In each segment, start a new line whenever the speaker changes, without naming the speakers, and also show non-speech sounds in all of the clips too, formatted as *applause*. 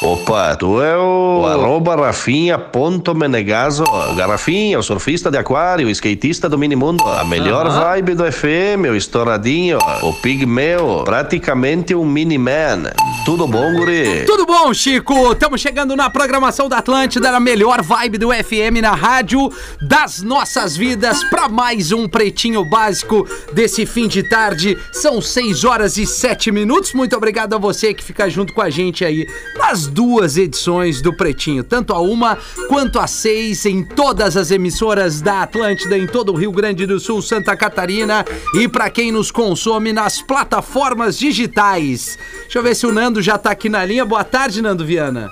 Opa, tu é o, o arroba Rafinha ponto Menegazo. Garrafinha, o surfista de aquário, o skatista do minimundo. A melhor vibe do FM, o estouradinho, o pigmeu, praticamente um mini-man. Tudo bom, guri?
Tudo bom, Chico? Estamos chegando na programação da Atlântida, na melhor vibe do FM na rádio das nossas vidas, para mais um Pretinho Básico desse fim de tarde. São 6 horas e 7 minutos. Muito obrigado a você que fica junto com a gente aí nas duas edições do Pretinho, tanto a uma quanto a seis, em todas as emissoras da Atlântida, em todo o Rio Grande do Sul, Santa Catarina e para quem nos consome nas plataformas digitais. Deixa eu ver se o Nando já tá aqui na linha. Boa tarde, Nando Viana.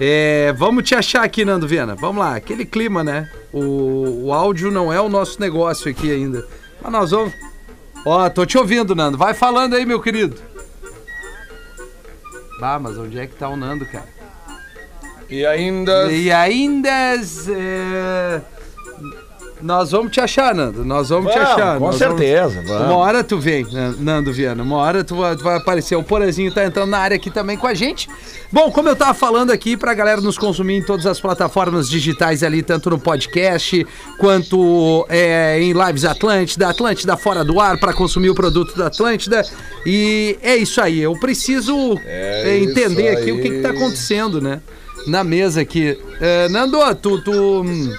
É, vamos te achar aqui, Nando Viana. Vamos lá, aquele clima, né? O, o áudio não é o nosso negócio aqui ainda. Mas nós vamos. Ó, tô te ouvindo, Nando. Vai falando aí, meu querido. Bah, mas onde é que tá o Nando, cara?
E ainda.
E ainda. é, Nós vamos te achar, Nando. Nós vamos te
Vamos,
achar.
com
nós vamos-
certeza. vamos.
Uma hora tu vem, Nan- Nando Viana. Uma hora tu vai, tu vai aparecer. O Porazinho tá entrando na área aqui também com a gente. Bom, como eu tava falando aqui, pra galera nos consumir em todas as plataformas digitais ali, tanto no podcast quanto é, em lives Atlântida, Atlântida fora do ar, pra consumir o produto da Atlântida. E é isso aí. Eu preciso
É
é, entender
isso
aqui o que, que tá
aí.
acontecendo, né? Na mesa aqui. É, Nando, tu. Tu, hum,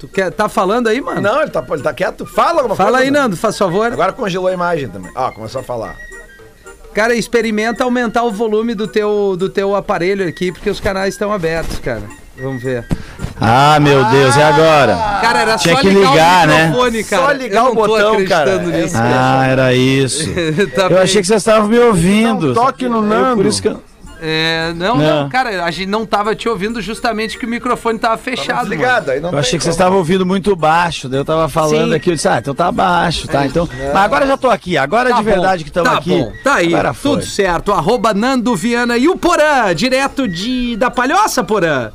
tu quer, tá falando aí, mano?
Não, ele tá, ele tá quieto. Fala alguma
Fala
coisa.
aí, Nando, faz favor.
Agora congelou a imagem também. Ah, começou a falar.
Cara, experimenta aumentar o volume do teu, do teu aparelho aqui, porque os canais estão abertos, cara. Vamos ver.
Ah, meu Deus, e agora?
Cara, era
Tinha
só
que
ligar,
ligar,
o
né?
microfone, cara.
Só ligar
Eu não
o
tô
botão,
acreditando
cara. é
Nisso,
Ah, era isso.
*laughs* Tá
Eu
bem.
achei que vocês estavam me ouvindo.
Dá um toque no
Eu-
Nando.
Por isso que eu...
É, não, não,
Não.
cara, a gente não tava te ouvindo justamente que o microfone tava fechado. mano.
Desligado, aí não
eu achei que vocês estavam ouvindo muito baixo. Daí eu tava falando
Sim.
aqui, eu disse, ah, então tá baixo, tá? Então. Mas agora eu já tô aqui, agora
Tá
de verdade
bom,
que estamos
tá
aqui.
Bom, tá aí,
Agora foi.
tudo certo. Arroba Nando Viana e o Porã, direto de da Palhoça, Porã.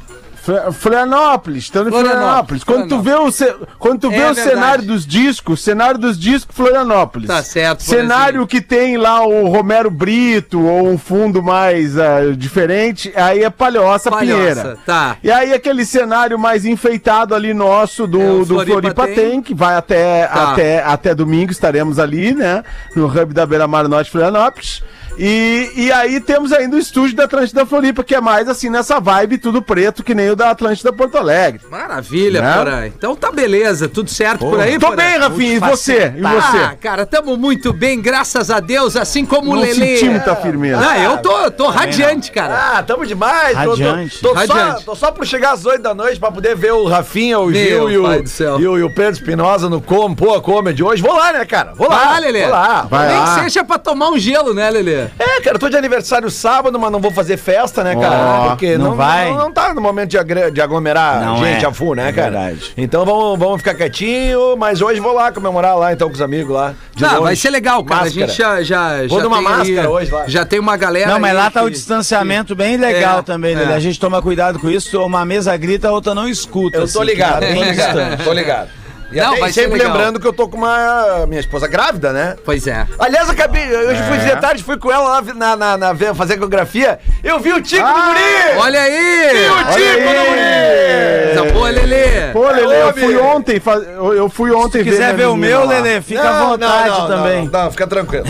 Fre- Florianópolis, estamos em
Florianópolis,
Florianópolis. Quando tu vê o, ce- quando tu
É
vê o
verdade.
cenário dos discos, cenário dos discos, Florianópolis.
Tá certo, Florezinho.
Cenário que tem lá o Romero Brito ou um fundo mais ah, diferente, aí é Palhoça,
Palhoça,
Pinheira.
tá.
E aí aquele cenário mais enfeitado ali nosso do,
É, o
do Floripa,
Floripa
tem,
tem,
que vai até,
Tá.
até, até domingo, estaremos ali, né? No Hub da Beira Mar Norte Florianópolis. E, e aí temos ainda o estúdio da Atlântida Floripa, que é mais assim nessa vibe, tudo preto, que nem o da Atlântida Porto Alegre.
Maravilha,
Né?
Porã. Então tá beleza, tudo certo por aí,
Tô
Porã?
bem, Rafinha, e você? E
Ah,
você?
cara, tamo muito bem, graças a Deus, assim como o
Não
Lele.
senti muita firmeza.
Ah, eu tô, tô radiante, cara.
Ah, tamo demais. Tô- tô-
Radiante.
Tô,
Radiante.
Só, tô só por chegar às 8 da noite pra poder ver o Rafinha, o Gil e o,
pai do céu.
e o, e o Pedro Espinosa no com, pô, a comedy hoje. Vou lá, né, cara? Vou lá.
Vai lá, Lelê.
Vou lá.
Vai
Nem
lá.
que seja pra tomar um gelo, né, Lelê?
É, cara, eu tô de aniversário sábado, mas não vou fazer festa, né, cara?
Ó,
Porque
não vai.
Não, não tá no momento de, agre- de aglomerar
Não
gente
é,
a full, né,
é
cara?
verdade.
Então vamos, vamos ficar quietinho, mas hoje vou lá comemorar lá, então, com os amigos lá. de
Não,
longe.
Ah, vai ser legal, cara.
Máscara.
A gente já, já,
Vou
já
numa
tem
máscara hoje lá.
Já tem uma galera
Não, mas
aí
lá tá o
que-
distanciamento bem legal
Ah, É,
também,
é.
Lelê. A gente toma cuidado com isso. Uma mesa grita, a outra não escuta.
Eu
assim,
tô ligado,
tá
tô
*laughs*
bem
ligado,
distante.
tô ligado. E
É. Não,
até-
vai
e
ser
sempre
legal.
lembrando que eu tô com uma minha esposa grávida, né?
Pois é.
Aliás, acabei, eu hoje
É.
fui de tarde, fui com ela lá na, na, na- ver- fazer ecografia. Eu vi o Tico do Guri!
Ah, Olha aí!
o Tico do Guri!
Coisa boa, Lelê!
Pô, Lele, eu
homem.
fui ontem, faz- eu eu fui ontem
Se quiser
né,
minha
ver o
menina
meu,
lá.
Lelê, fica à vontade também.
Não, não, fica tranquilo.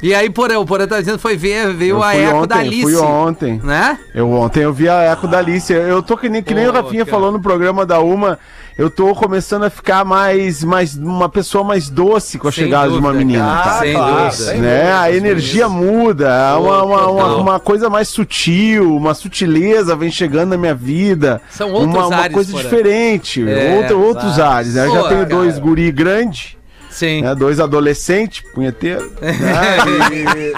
E aí, Porã, o Porã tá dizendo que foi ver,
Eu
veio a
fui
eco
ontem,
da Alice.
fui ontem.
Né?
Eu ontem eu vi a eco da Alice. Eu tô que nem, que nem o
Boa,
Rafinha
cara.
falou no programa da Uma. Eu tô começando a ficar mais, mais uma pessoa mais doce com a
Sem
chegada de uma
dúvida,
menina.
cara,
tá?
Sem
Ah, claro,
dúvida.
sem
Né? A energia muda, é uma, uma, uma-
total.
uma coisa mais sutil, uma sutileza vem chegando na minha vida.
São outros
uma, uma
ares,
coisa
Porã.
diferente,
É,
outro- outros ares. né? Eu já
Pô,
tenho
cara.
dois guri grande,
Sim.
né? dois adolescentes,
*laughs*
punheteiro. né?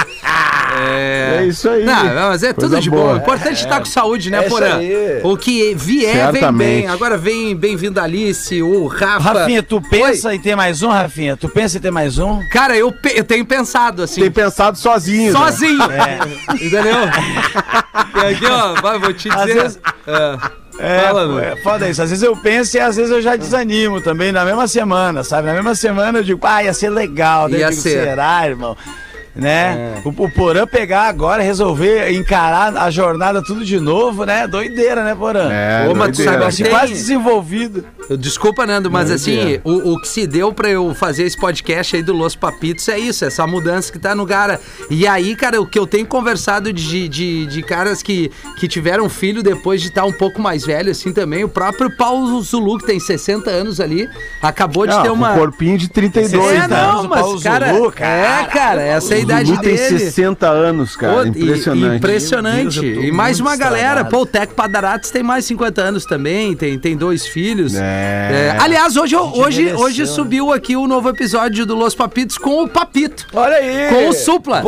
É isso aí.
Não, mas é tudo
Coisa
de bom. O
boa.
importante é estar com saúde, né,
É isso
Porã?
aí.
O que vier, vem bem.
Certamente.
Agora vem bem-vindo Alice, o Rafa.
Rafinha, tu pensa em ter mais um, Rafinha? Tu pensa em ter mais um?
Cara, eu, pe- eu tenho pensado assim.
Tem pensado sozinho. né?
É. *laughs*
Sozinho! Entendeu? E aqui, ó, vai, vou te
Às
dizer.
vezes-
é,
É,
Fala,
pô,
Lu.
é foda isso. Às vezes eu penso e às vezes eu já desanimo também na mesma semana, sabe? Na mesma semana eu digo, ah, ia ser legal. Daí
Ia
eu digo,
ser.
será, irmão? Né? O,
É.
o Porã pegar agora, resolver encarar a jornada tudo de novo, né? Doideira, né, Porã?
É,
Ô, mas tu
doideira.
sabe
Negócio
tem-
quase desenvolvido.
Desculpa, Nando, mas assim, o, o que se deu pra eu fazer esse podcast aí do Los Papitos é isso, essa mudança que tá no cara. E aí, cara, o que eu tenho conversado de, de, de caras que, que tiveram filho depois de estar um pouco mais velho, assim também, o próprio Paulo Zulu, que tem 60 anos ali, acabou de
Ah,
ter uma.
Um corpinho de 32,
é, não,
o
mas,
Paulo
cara,
Zulu,
É, cara, essa é a
O
idade
Zulu tem
dele.
60 anos, cara.
Pô, e-
impressionante.
E, impressionante.
Meu Deus, eu tô
e mais
muito
uma galera.
estragado.
Pô, o Teco Padarates tem mais 50 anos também, tem, tem dois filhos.
É.
É, aliás, hoje, eu- hoje,
envelheceu,
hoje
né?
subiu aqui o novo episódio do Los Papitos com o Papito.
Olha aí.
Com o Supla.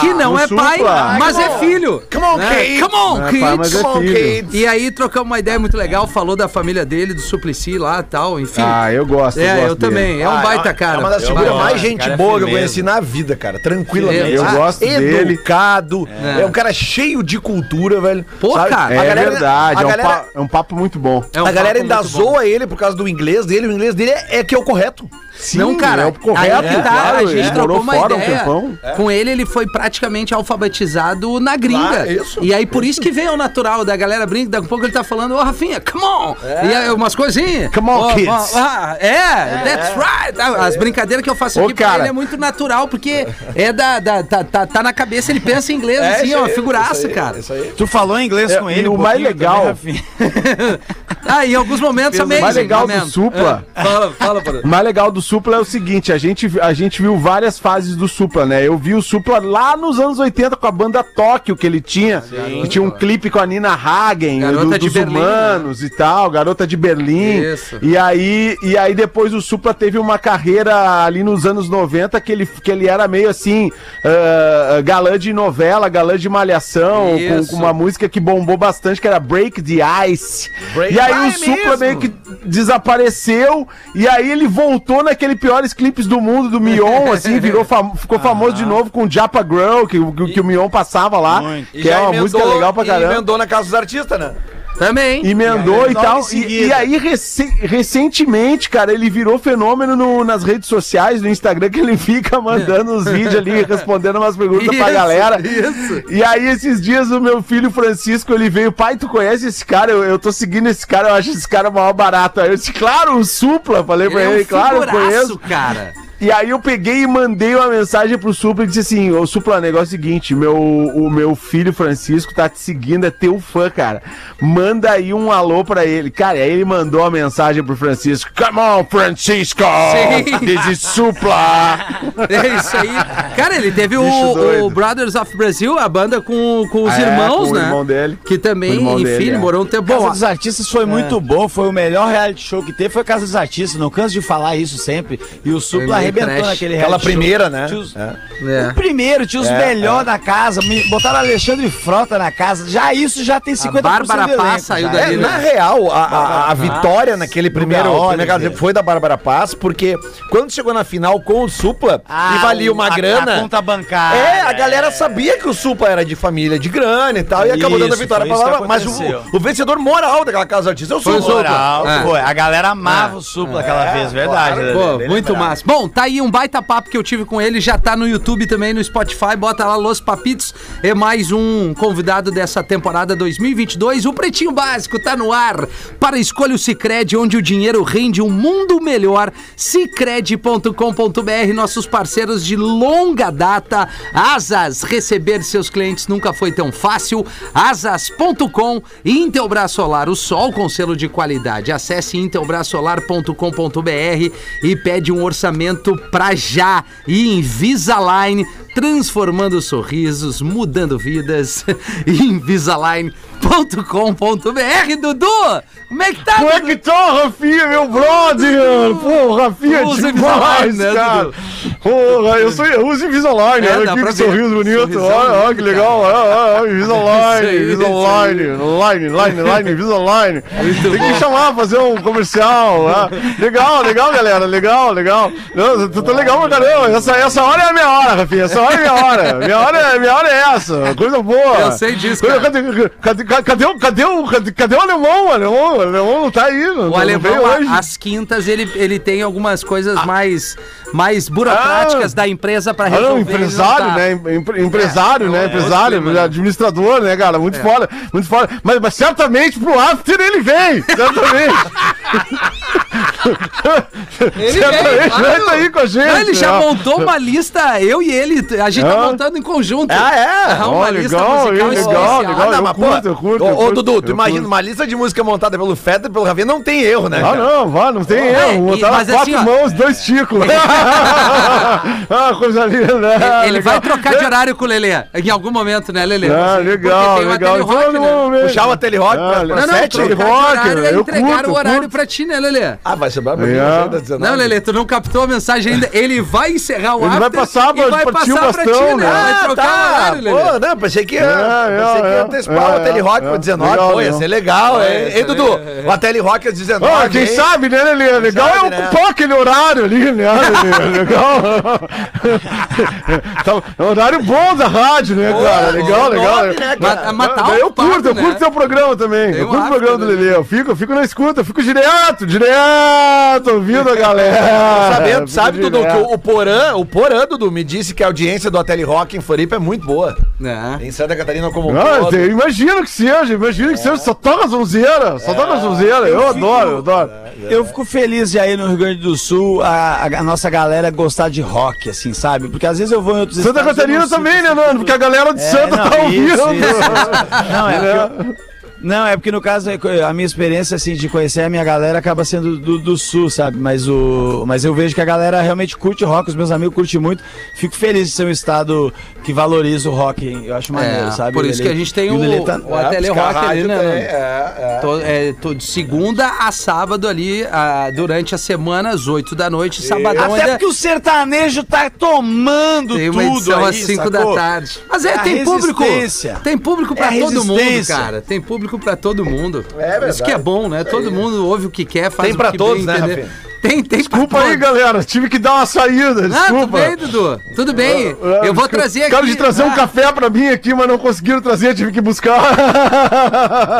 que não
o
é pai,
Supla.
mas é
Come on.
filho.
Come on,
né?
kids.
Come on,
Não é
kids.
pai, mas é
Come on,
filho.
kids.
E aí trocamos uma ideia muito legal, falou da família dele, do Suplicy lá e tal, enfim.
Ah, eu gosto.
é,
gosto
eu
dele.
também. É um
Ah,
baita cara.
É uma das
Eu
figuras
gosto.
mais gente
cara é
boa que eu
firmeza.
conheci na vida, cara. Tranquilamente.
Eu
Ah,
gosto dele.
Educado. É. um cara cheio de cultura, velho.
Pô, cara.
É
A galera-
verdade,
a
é um,
galera-
pa- é um papo muito bom.
É um
a galera
papo
ainda
muito bom.
zoa ele por causa do inglês dele. O inglês dele é, é que é o correto.
Sim,
não, cara,
é o correto,
aí que tá,
claro,
a gente
ele
trocou
morou
uma
fora um
ideia.
tempão.
É.
Com ele, ele foi praticamente alfabetizado na gringa.
Claro, Ah, isso,
e aí, por isso que veio o natural da galera brinca, daqui a pouco ele tá falando, ô Rafinha, come on!
É.
E aí, umas coisinhas.
Come on,
Ó,
kids.
ó, ah, é, that's right! Ah, As brincadeiras que eu faço
Ô,
aqui pra
cara.
ele é muito natural, porque é da, da- tá, tá, tá na cabeça, ele pensa em inglês,
É
assim,
isso
ó,
aí,
figuraça,
isso aí,
cara.
Isso aí.
Tu falou inglês
É,
com
e
ele. um
o
pouquinho
mais legal-
Rafinha?
Ah, em alguns momentos também.
O mais legal
é
do Supla.
Fala, fala, Porã.
O mais legal do Supla é o seguinte, a gente, a gente viu várias fases do Supla, né? Eu vi o Supla lá nos anos 80 com a banda Tóquio que ele tinha, que tinha um clipe com a Nina Hagen,
Garota
do-
de
dos
Berlim,
humanos e tal, Garota de Berlim.
Isso.
E aí, e aí depois o Supla teve uma carreira ali nos anos 90 que ele, que ele era meio assim, ah, galã de novela, galã de malhação, com-
Isso.
com, uma música que bombou bastante, que era Break the Ice.
Break-
e aí
Ah, é
o Supla
mesmo?
meio que desapareceu e aí ele voltou naquele piores clipes do mundo do Mion, assim, virou fam- ficou famoso de novo com Japa Girl, que, o- que o Mion passava lá,
Muito.
que é uma música legal pra
E
caramba.
emendou na casa dos artistas, né?
Também.
E
Emendou
aí,
e
logo
tal.
em
E,
seguida.
e aí, rece- recentemente, cara, ele virou fenômeno no- nas redes sociais, no Instagram, que ele fica mandando uns vídeos ali, respondendo umas perguntas pra
Isso,
galera.
isso.
E aí, esses dias, o meu filho Francisco, ele veio, pai, tu conhece esse cara?
*laughs*
Eu, eu tô seguindo esse cara, eu acho esse cara o maior barato. Aí eu disse, claro, o Supla, falei pra ele, claro, eu conheço.
é um cara.
E aí eu peguei e mandei uma mensagem pro Supla e disse assim, ô Supla, negócio é o seguinte, meu, o meu filho Francisco tá te seguindo, é teu fã, cara. Manda aí um alô pra ele. Cara, e aí ele mandou uma mensagem pro Francisco. Come on, Francisco!
Sim.
This is Supla!
É isso aí. Cara, ele teve um,
Bicho
o,
doido.
o Brothers of Brazil, a banda com, com os
É,
irmãos,
com o
né?
irmão dele.
Que também,
Com o irmão
enfim,
dele, é.
morou um tempo.
Casa
Bom,
dos Artistas foi muito bom, foi o melhor reality show que teve, foi Casa dos Artistas, não canso de falar isso sempre. E o
meio
Supla arrebentou
trash.
naquele reality
Aquela
show.
primeira, né?
Tinha os-
É.
é.
O primeiro, tinha os melhor da casa, me- botaram Alexandre Frota na casa, já isso já tem 50%
Bárbara
do elenco,
Paz saiu
já.
dali,
É,
Ele-
na real, a, a- a vitória naquele primeiro,
Gaoli,
primeiro caso
dele.
foi da Bárbara Paz, porque quando chegou na final com o Supla
Ah,
e valia uma
a-
grana.
A conta bancária.
É, a galera sabia que o Supla era de família de grana e tal, e acabou dando a
Isso,
vitória
foi
pra
isso que
lá. Mas o,
aconteceu.
o vencedor moral daquela casa dos artistas é o
Foi o
Supla.
Supla.
Moral,
É.
foi. A galera amava
É.
o Supla aquela vez, verdade.
claro.
Lelê.
Pô,
Bem
muito
lembrado.
massa. Bom, tá aí um baita papo que eu tive com ele, já tá no YouTube também, no Spotify, bota lá Los Papitos, é mais um convidado dessa temporada 2022. O Pretinho Básico tá no ar para escolha o Cicred, onde o dinheiro rende um mundo melhor. Cicred.com.br, nossos parceiros de longa data. Asas, receber seus clientes nunca foi tão fácil. Asas.com, Intelbras Solar, o sol com selo de qualidade. Acesse intelbrasolar.com.br e pede um orçamento pra já. E Invisalign, transformando sorrisos, mudando vidas. *laughs* Invisalign.com.br, Dudu! Como é que tá,
Como é
Dudu?
que tá, Rafinha, meu brother? Pô, Rafinha,
Usa
é demais,
Invisalign, né,
cara.
Dudu?
Porra, eu sou eu uso Invisalign,
É,
olha
dá
aqui
pra
que
ver.
sorriso bonito,
Sorrisão
olha, olha
bonito,
que legal, olha, olha, olha,
*laughs* Isso
Invisalign,
aí,
Invisalign, line, line, line,
*laughs*
Invisalign. Tem que me chamar, fazer um comercial. né? Legal, legal, galera, legal, legal. Nossa, tu tá legal pra caramba, essa, essa hora é a minha hora, Rafinha, essa hora é a minha hora, minha hora, é- minha hora é essa, coisa boa.
Eu sei disso,
Coisa-
cara.
Cadê, cadê- cadê- cadê, o- cadê, o- cadê, cadê o alemão? O alemão, o alemão não tá aí. Não,
O
não
alemão,
veio
a-
hoje. Ah.
às quintas, ele, ele tem algumas coisas mais, mais burocráticas da empresa pra resolver.
Ah,
ele
não,
não
empresário,
tá. É,
né? Em- empre- empresário, né? empresário, administrador, né, cara? Muito foda, muito foda. Mas, mas certamente pro after
*laughs*
ele vem! Certamente!
Ele
certamente
veio,
vai
claro.
tá aí com a gente!
Não, ele já
né?
montou uma lista, eu e ele, a gente tá
Ah.
montando em conjunto.
Ah, é?
Aham, uma
Ó,
lista
legal,
musical
legal,
especial.
legal.
Ah,
eu
não, mas,
curto,
pô,
eu curto,
ô,
eu
ô,
curto,
Dudu,
eu
tu imagina
curto.
uma lista de música montada pelo Feder e pelo Ravi, não tem erro, né?
Ah,
cara?
não, vá, não tem
então. É, e-
erro. Botaram
mas assim,
quatro
ó-
mãos, dois
*laughs*
tículos. *laughs* ah, coisa linda.
Ele, ele vai
É, legal.
trocar de horário com o Lelê, em algum momento, né, Lelê?
Ah, legal,
Porque tem o
legal. Então,
Ateli Rock, né?
Puxar o Ateli Rock pra-
Não,
pra
Não, não,
sete?
trocar de
rock,
horário é
eu
entregar
curto,
o
eu
horário
curto.
pra ti, né, Lelê?
Ah, vai ser brabo.
É.
Não, Lelê, tu não captou a mensagem ainda. Ele vai encerrar o
Ele vai
after
passar
e
pra-
vai
pra ti o
passar pra ti,
bastão,
né?
né?
Vai
Ah,
trocar o
tá.
horário, Lelê.
Pô, não, pensei que,
É,
pensei que
é,
ia antecipar
é,
o Ateli Rock
é,
pra 19.
legal,
Pô, ia
legal.
ser legal. hein?
É,
Ei, Dudu, o Ateli Rock às 19.
Ah, quem
hein?
sabe, né, Lelê? Legal
sabe,
é
né?
ocupar aquele horário ali, né, Lelê? Legal. Tá, é um horário bom da rádio, né, cara? Legal, legal.
nome, né,
Mas-
cara?
mas tá
Daí eu
ocupado,
curto, eu
né?
curto seu programa também.
Tem
eu
um
curto o programa do
after, né?
Lelê. Eu fico, eu fico na escuta, eu fico direto, direto, ouvindo a galera.
Sabendo,
Fico
sabe, Dudu, que
direto.
o, o Porã, o Porã, Dudu, me disse que a audiência do Ateli Rock em Floripa é muito boa.
Né?
Em Santa Catarina como um
Ah,
todo.
eu imagino que seja, imagino que seja. Só toca zonzeira, só toca zonzeira. Eu adoro, eu adoro.
Eu fico feliz de aí no Rio Grande do Sul a, a nossa galera gostar de rock, assim, sabe? Porque às vezes eu vou em outros
Santa
estados, eu
Catarina
não sinto
também,
esse-
né, mano? Porque a galera de
É,
Santa
não,
tá
isso,
ouvindo.
isso,
*laughs*
isso. Não, é porque eu- não, é porque no caso, a minha experiência, assim, de conhecer a minha galera acaba sendo do, do sul, sabe? Mas, o, mas eu vejo que a galera realmente curte rock, os meus amigos curtem muito. Fico feliz de ser um estado que valoriza o rock, hein? eu acho maneiro,
É,
sabe?
por
O
isso
Lelê-
que a gente tem
e o Lelê
o,
tá-
o Ateli
porque a
Rock ali,
rádio
né?
também,
mano?
é, é.
To- é, to- de segunda a sábado ali, ah, durante a semana, às 8 da noite, sabadão
Até
um ainda
porque o sertanejo tá tomando
tem uma
tudo
edição
aí,
às 5 da
sacou?
tarde. Mas é,
É a
tem público.
resistência.
Tem público pra
É a
todo mundo,
resistência.
cara. Tem público pra todo mundo. Isso que é bom, né? Todo mundo ouve o que quer, faz
Tem
o
pra
que
todos, né,
entender. Tem, tem
Desculpa aí, galera. Tive que dar uma saída.
Ah, tudo
Desculpa. Ah,
bem, Dudu. Tudo bem. Eu vou trazer aqui.
Quero de trazer um
Ah,
café pra mim aqui, mas não conseguiram trazer, tive que buscar.
*laughs*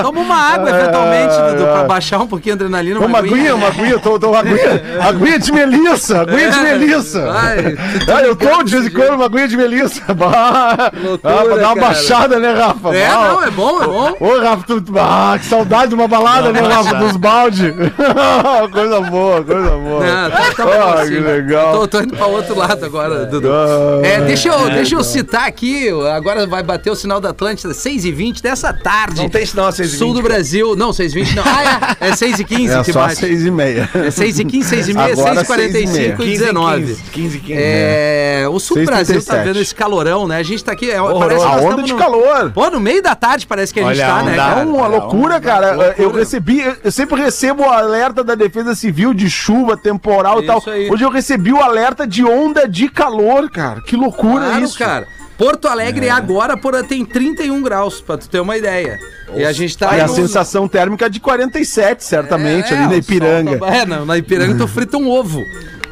Toma uma água, eventualmente, Dudu, pra baixar um pouquinho a adrenalina.
Uma aguinha, uma aguinha, tô, tô, uma aguinha, aguinha de melissa, aguinha de
É,
melissa.
vai,
Ah, eu tô de vez em quando uma aguinha de melissa. *laughs* Bah,
loucura,
ah, pra dar
cara.
uma baixada, né, Rafa?
É,
Bah,
não, é bom, é bom.
Ô, Rafa, tu... ah, que saudade de uma balada, né, Rafa? Dos balde. *laughs* coisa boa, coisa boa.
Não, tá, tá
Ah,
bom,
que
sim.
legal.
Tô, tô indo pra outro lado agora, Dudu.
Ah,
É, deixa eu, deixa eu citar aqui, agora vai bater o sinal da Atlântida, 6h20 dessa tarde.
Não tem sinal às 6h20,
Sul do
cara.
Brasil. Não, 6h20 não. Ah, é. É 6h15
É
que
só
bate.
seis e meia.
É 6h15, 6h30,
Agora
6h45 e 19
15, 15.
É, o Sul
6h37.
Brasil tá vendo esse calorão, né? A gente tá aqui. é, parece que
A
nós
onda
tamo
de
no-
calor.
Pô, no meio da tarde parece que a gente
Olha
tá,
a
né?
onda.
cara?
É uma loucura, cara. Eu recebi, eu sempre recebo o alerta da Defesa Civil de chuva, temporal e
Isso
tal.
aí.
Hoje eu recebi o alerta de onda de calor, cara. Que loucura
Claro,
isso.
cara. Porto
É.
Alegre agora por, tem 31 graus, pra tu ter uma ideia. E a gente tá
E a
no-
sensação térmica é de 47, certamente,
É,
ali
o
na
sol
Ipiranga.
tá- É, não, na Ipiranga tu frita um ovo.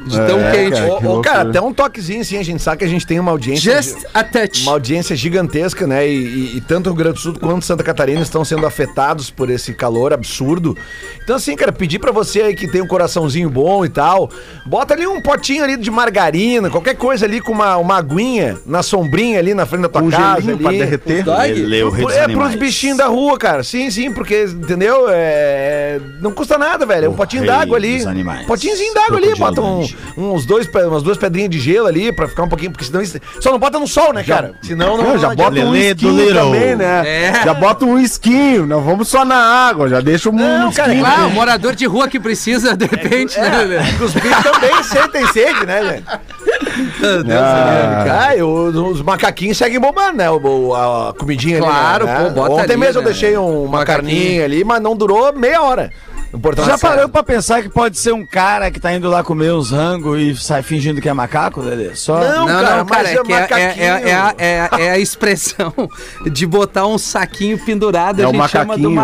De tão
É,
quente.
cara. que
Ô, ô, cara,
loucura.
até um toquezinho assim, a gente sabe que a gente tem uma audiência.
Just a touch.
Uma audiência gigantesca, né? E, e- e tanto o Rio Grande do Sul quanto Santa Catarina estão sendo afetados por esse calor absurdo. Então, assim, cara, pedir pra você aí que tem um coraçãozinho bom e tal, bota ali um potinho ali de margarina, qualquer coisa ali com uma, uma aguinha na sombrinha ali na frente da tua
Um
casa.
gelinho
ali.
pra derreter.
Dog?
Pro- é pros bichinhos da rua, cara. Sim, sim, porque, entendeu? É, não custa nada, velho. É um potinho
rei
d'água ali.
dos animais.
Potinhozinho d'água ali.
Crocodilo
Bota um-
grande.
uns dois, pe- umas duas pedrinhas de gelo ali pra ficar um pouquinho. Porque senão. isso- Só não bota no sol, né, cara? Senão não.
Não, já
não
bota
adianta.
um
Lelê do
esquinho
Little.
também, né?
É.
Já bota um esquinho, não vamos só na água, já deixa um
Não, cara,
esquinho.
Ah, o morador de rua que precisa, de repente,
É.
né? Lelê?
Os bichos também *laughs* sentem sede, né, velho?
Ah,
Ah, e o- os macaquinhos seguem bombando, né? O, o- a comidinha
Claro,
ali. né?
pô, bota
Ontem
ali, né?
mesmo eu deixei um- uma
Macaquinho.
carninha ali, mas não durou meia hora. No portão
Já
da Serra.
parou pra pensar que pode ser um cara que tá indo lá comer uns rangos e sai fingindo que é macaco, Lelê? Só...
Não,
Não,
cara,
não, cara,
mas
é,
é
que é, é- é- é a,
macaquinho.
é a- é a expressão *laughs* de botar um saquinho pendurado,
É
a
o
gente chama do
macaquinho.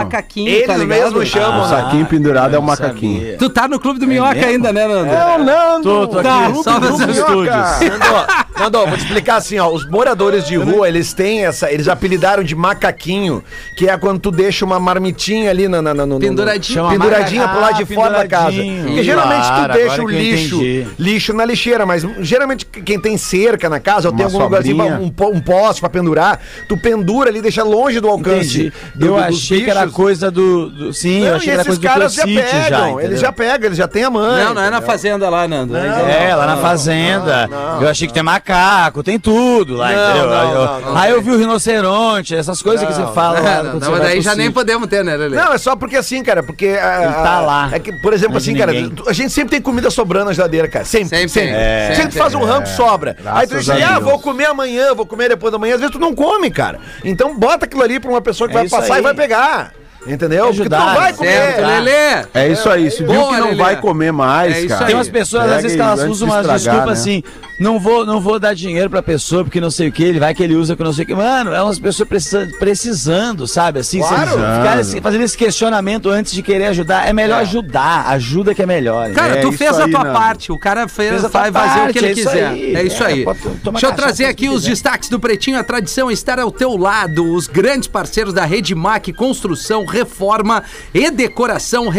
macaquinho, tá
Eles
ligado?
mesmos chamam, né?
o saquinho pendurado é
um
o macaquinho.
Tu
É
É
tá no Clube do Minhoca ainda, né, Nando?
Não, não,
Tô, tô
tá,
aqui,
só
só nos
fazendo
estúdios.
Nando, Nando, vou te explicar assim, ó. Os moradores de rua, eles têm essa. Eles apelidaram de macaquinho, que é quando tu deixa uma marmitinha ali na. na, na no- no-
Penduradinho.
chama penduradinha
macaca-
pro lado de
Ah,
fora da casa.
penduradinho.
Porque geralmente
Claro,
tu deixa
agora
o
que eu
lixo.
entendi.
Lixo na lixeira, mas geralmente quem tem cerca na casa, ou tem
Uma
algum lugarzinho,
sobrinha.
pra- um, po- um poste pra pendurar, tu pendura ali, deixa longe do alcance.
Entendi.
do- do-
Eu
dos
achei que era
bichos.
coisa do. do- sim, eu
Não,
achei
e
que era
esses
coisa do
caras já
Clocite
pegam,
entendeu?
eles já pegam, eles já têm a mãe.
Não, não é na fazenda lá, Nando.
É, lá na fazenda. eu achei que tem macaco, tem tudo lá, entendeu? Aí eu- aí eu vi o rinoceronte, essas coisas que você fala. lá
É, não,
quando
não,
você
mas
vai
daí
pro
já nem
sítio.
podemos ter, né, Lelê?
Não, é só porque assim, cara, porque. ah,
Ele tá lá.
É que, por exemplo,
Não é de
assim, cara,
ninguém.
tu- a gente sempre tem comida sobrando na geladeira, cara. Sempre.
Sempre.
Sempre. Sempre,
É,
tu faz um rampo sobra. Aí tu
Graças
diz,
a
ah,
Deus.
vou comer amanhã, vou comer depois da manhã. Às vezes tu não come, cara. Então bota aquilo ali pra uma pessoa que
É
vai
isso
passar
aí.
e vai pegar. Entendeu? Porque tu
ajudar,
não vai
né?
comer.
Certo, Lelê.
É isso aí, se viu
Boa,
que não
Lelê.
vai comer mais,
É isso
cara.
aí.
Tem umas pessoas, às
Pega
vezes,
e
que elas
antes de
usam umas
estragar,
desculpas
né?
assim, não vou, não vou dar dinheiro pra pessoa porque não sei o que, ele vai que ele usa que não sei o que. Mano, é umas pessoas precisa- precisando, sabe? Assim,
Claro.
se eles ficarem se- fazendo esse questionamento antes de querer ajudar, é melhor ajudar, ajuda que é melhor. né?
Cara,
É
tu
isso
fez a
aí,
tua
Nando.
parte. O cara fez,
Fez a tua
vai fazer o que
parte,
ele
é isso
quiser.
aí.
é isso
É,
aí.
pode tomar
Deixa eu
cachaça,
trazer
faz o
aqui
que
os
quiser.
destaques do Pretinho. A tradição é estar ao teu lado. Os grandes parceiros da Redmac Construção, Reforma e Decoração,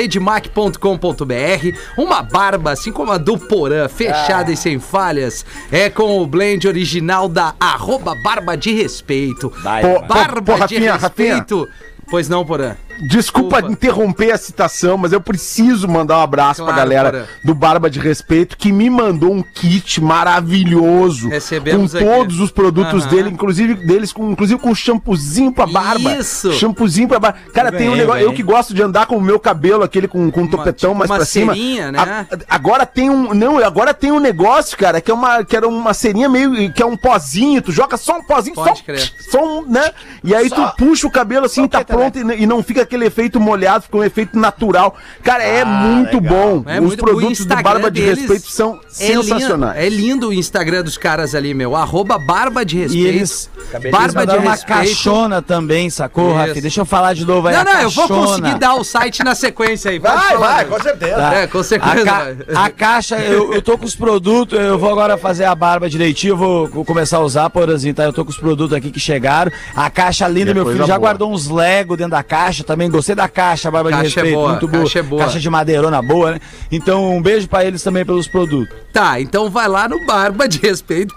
redmac.com.br. Uma barba, assim como a do Porã, fechada e sem falhas. É com o blend original da arroba barba de respeito.
Vai,
Pô,
barba
pô, pô,
de
Rafinha, Rafinha.
respeito. Pois não, Porã.
Desculpa
Desculpa.
interromper a citação, mas eu preciso mandar um abraço
Claro,
pra galera
cara.
do Barba de Respeito que me mandou um kit maravilhoso
Recebemos
com
aqui.
todos os produtos
Aham.
dele, inclusive deles com inclusive com shampoozinho pra barba.
Isso.
Shampoozinho pra barba. Cara,
Eu
tem um
ganhei,
negócio,
eu
eu que gosto de andar com o meu cabelo aquele com com um topetão
tipo
mais
uma
pra cima.
cerinha, né?
A- agora tem um, não, agora tem um negócio, cara, que é uma que era uma serinha meio que é um pozinho, tu joga só um pozinho,
Pode
só,
crer.
só um, né? E aí tu puxa o cabelo assim, tá pronto e n- e não fica aquele efeito molhado, fica um efeito natural. Cara, é muito bom.
É
Os
muito- o
produtos do
Instagram
Barba de
deles
Respeito são sensacionais.
É lindo, é lindo o Instagram dos caras ali, meu. Arroba Barba de Respeito.
E eles- Eles
Barba de
mandaram uma
Respeito.
caixona também, sacou,
Isso.
Rafi? Deixa eu falar de novo aí.
Não,
a
não, eu vou
caixona.
conseguir dar o site na sequência aí. Pode
Vai,
falar,
vai,
meu.
com certeza.
Tá?
É, com certeza
A, ca-
vai.
a caixa, eu, eu tô com os produtos, eu vou agora fazer a barba direitinho, eu vou, vou começar a usar, porazinho, tá? Eu tô com os produtos aqui que chegaram. A caixa linda,
É
meu
coisa
filho já
boa.
guardou uns Lego dentro da caixa também. Gostei da caixa, a barba de
Caixa é
respeito.
boa,
muito
caixa é boa.
Caixa de madeirona boa, né? Então, um beijo pra eles também pelos produtos.
Tá, então vai lá no barbaderespeito.com.br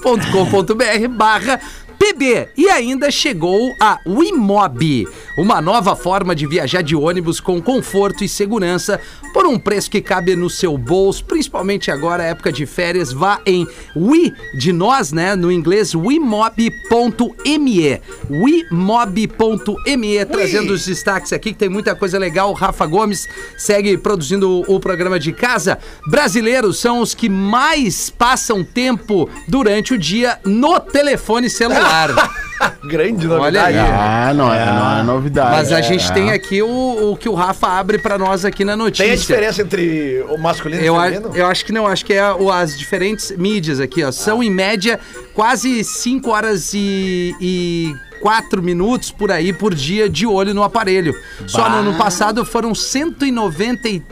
*laughs* barra PB. E ainda chegou a Wimob, uma nova forma de viajar de ônibus com conforto e segurança por um preço que cabe no seu bolso, principalmente agora, época de férias. Vá em Wi, de nós, né, no inglês, wimob.me. wimob.me, trazendo os destaques aqui, que tem muita coisa legal. O Rafa Gomes segue produzindo o programa de casa. Brasileiros são os que mais passam tempo durante o dia no telefone celular.
*laughs* Grande
Olha aí.
novidade.
Ah, não, é, não é novidade.
Mas a gente
É.
tem aqui o, o que o Rafa abre pra nós aqui na notícia.
Tem a diferença entre o masculino e
Eu,
o
a-
feminino?
eu acho que não, acho que é o- as diferentes mídias aqui, ó. São em média quase 5 horas e, e 4 minutos por aí por dia de olho no aparelho. Só no ano passado foram 193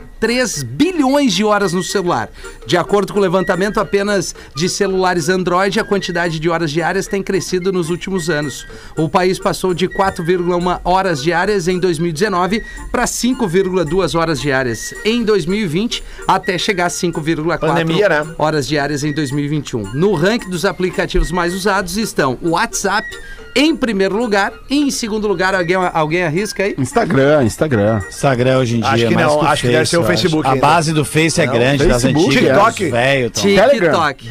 bilhões de horas no celular. De acordo com o levantamento apenas de celulares Android, a quantidade de horas diárias tem crescido nos últimos anos. O país passou de 4,1 horas diárias em 2019 para 5,2 horas diárias em 2020, até chegar a 5,4
Pandemia, né?
horas diárias em 2021. No ranking dos aplicativos mais usados estão o WhatsApp em primeiro lugar e em segundo lugar, alguém, alguém arrisca aí?
Instagram, Instagram.
Instagram hoje em
Acho
dia.
que
é mais
não,
o
acho que deve ser o
eu acho.
Facebook
A
ainda.
base do Face é grande, das
Facebook,
antigas.
TikTok.
os velho, então.
TikTok.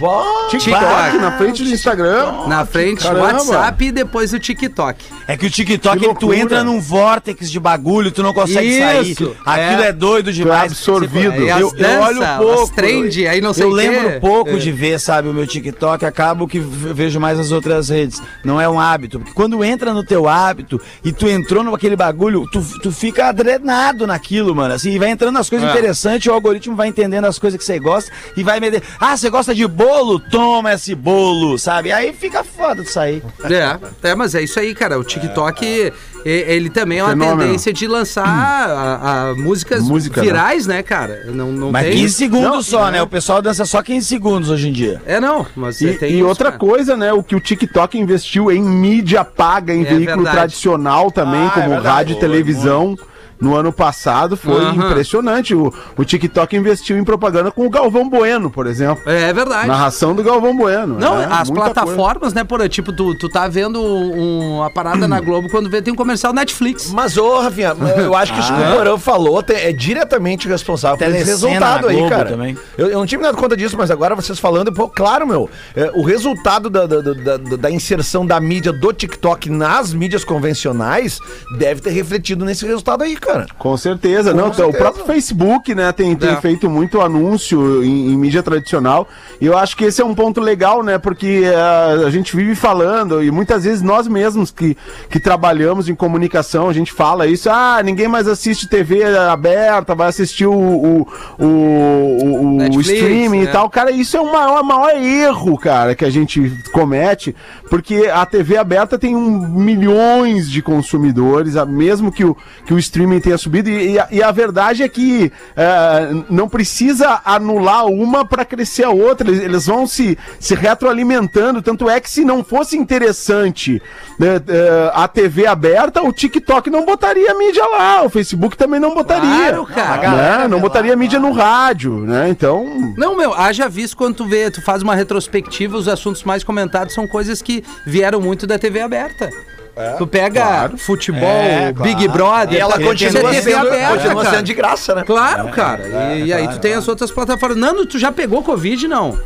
TikTok Tá na frente do Instagram.
Na frente,
Caramba.
WhatsApp e depois o TikTok.
É que o TikTok,
Que
ele- tu
loucura.
entra num vórtex de bagulho, tu não consegue
Isso,
sair. Aquilo
é.
é, doido demais.
absorvido.
Você- É
E as
Eu, eu
dança,
olho
as
pouco.
trend, aí não sei o
Eu
quê.
lembro pouco
É.
de ver, sabe, o meu TikTok, acabo que v- vejo mais as outras redes. Não é um hábito. Porque quando entra no teu hábito e tu entrou naquele bagulho, tu, tu fica adrenado naquilo, mano. Assim, e vai entrando as coisas interessantes, o algoritmo vai entendendo as coisas que você gosta e vai meter. Ah, você gosta de bolo? Toma esse bolo, sabe? Aí fica foda de sair.
É, é, mas é isso aí, cara. O TikTok, e- ele também é uma
Fenômeno.
tendência de lançar a- a músicas
Música, né?
virais, né, cara? Não, não
Mas
tem.
15 segundos
Não, é.
só, né? O pessoal dança só 15 segundos hoje em dia.
É, não, mas você
E,
tem.
e
isso,
outra
cara.
coisa, né? O que o TikTok investiu em mídia paga, em
É
veículo
verdade.
tradicional também,
Ah, é
como
verdade.
rádio
Foi,
e televisão. No ano passado foi
Aham.
impressionante. O, o TikTok investiu em propaganda com o Galvão Bueno, por exemplo.
É verdade.
Narração do Galvão Bueno.
Não,
né?
as
Muita coisa.
plataformas, né, porra? Tipo, tu, tu tá vendo um- uma parada na Globo quando vê tem um comercial Netflix.
Mas, ô,
*laughs*
Rafinha, eu acho que isso que o Porão falou te- é diretamente responsável por esse
Ah. Telecena
resultado
na
aí,
Globo
cara.
também.
Eu, eu não tinha me dado conta disso, mas agora vocês falando, pô, claro, meu, é, o resultado da, da- da- da- da inserção da mídia do TikTok nas mídias convencionais deve ter refletido nesse resultado aí, cara.
Com certeza, não. então, O próprio Facebook, né, tem, tem
É.
feito muito anúncio em, em mídia tradicional. E eu acho que esse é um ponto legal, né? Porque eh, a gente vive falando, e muitas vezes nós mesmos que, que trabalhamos em comunicação, a gente fala isso, ah, ninguém mais assiste TV aberta, vai assistir o, o, o, o- o
Netflix,
streaming e
né?
tal. Cara, isso é o maior, maior erro, cara, que a gente comete, porque a TV aberta tem um, milhões de consumidores, a- mesmo que o, que o streaming tenha subido, e, e a, e a verdade é que eh, não precisa anular uma para crescer a outra, eles, eles vão se, se retroalimentando, tanto é que se não fosse interessante né, eh, a TV aberta, o TikTok não botaria a mídia lá, o Facebook também não botaria.
Claro, cara.
Né? Não botaria a mídia no rádio, né? Então,
Não, meu, haja visto quando tu vê, tu faz uma retrospectiva, os assuntos mais comentados são coisas que vieram muito da TV aberta.
É,
tu pega futebol,
É, claro.
Big Brother,
E ela
isso é
continua,
TV
sendo,
aberta,
continua
cara.
sendo de é, graça, né?
Claro, cara. e aí tu tem as outras plataformas. Nando, tu já pegou Covid, não?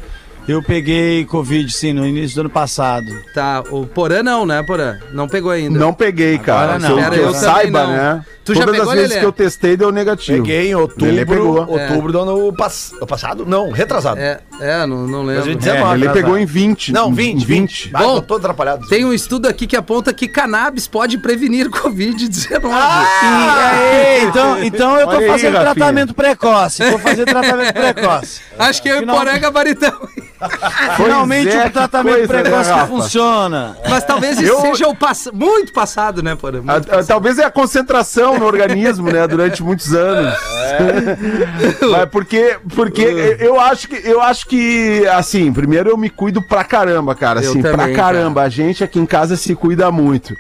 Eu peguei Covid, sim, no início do ano passado.
Tá, o Porã não, né, Porã? Não pegou ainda.
Não peguei, cara.
Agora
Se
não.
eu-
Pera,
que eu,
eu também
saiba,
não.
né?
Tu já
Todas
pegou,
as vezes
Lelê?
que eu testei deu negativo.
Peguei em
Ele
outubro, é
pegou.
outubro do ano pass- passado, não, retrasado.
É, é não, não lembro.
2019.
Ele
né,
pegou
cara?
em 20.
Não, 20, 20. Vai,
Bom,
tô todo atrapalhado.
Tem um estudo aqui que aponta que cannabis pode prevenir *laughs* Covid-19.
Ah!
E, é,
*laughs*
então, então eu tô
Olha aí,
fazendo
Rafinha.
tratamento precoce. Vou fazer tratamento
*laughs*
precoce.
Acho que eu e o
Final-
Porã gabaritão.
Finalmente
é,
o
que
tratamento
coisa, né,
precoce que
Rafa?
funciona.
Mas talvez isso
Eu-
seja o pass... muito passado, né, Porã? Muito
A- a-
passado.
talvez é a concentração no organismo, né? Durante muitos anos.
É.
*laughs* Mas porque, porque eu acho que eu acho que assim, primeiro eu me cuido pra caramba, cara.
Eu
Assim, pra
também,
caramba. A gente aqui em casa se cuida muito.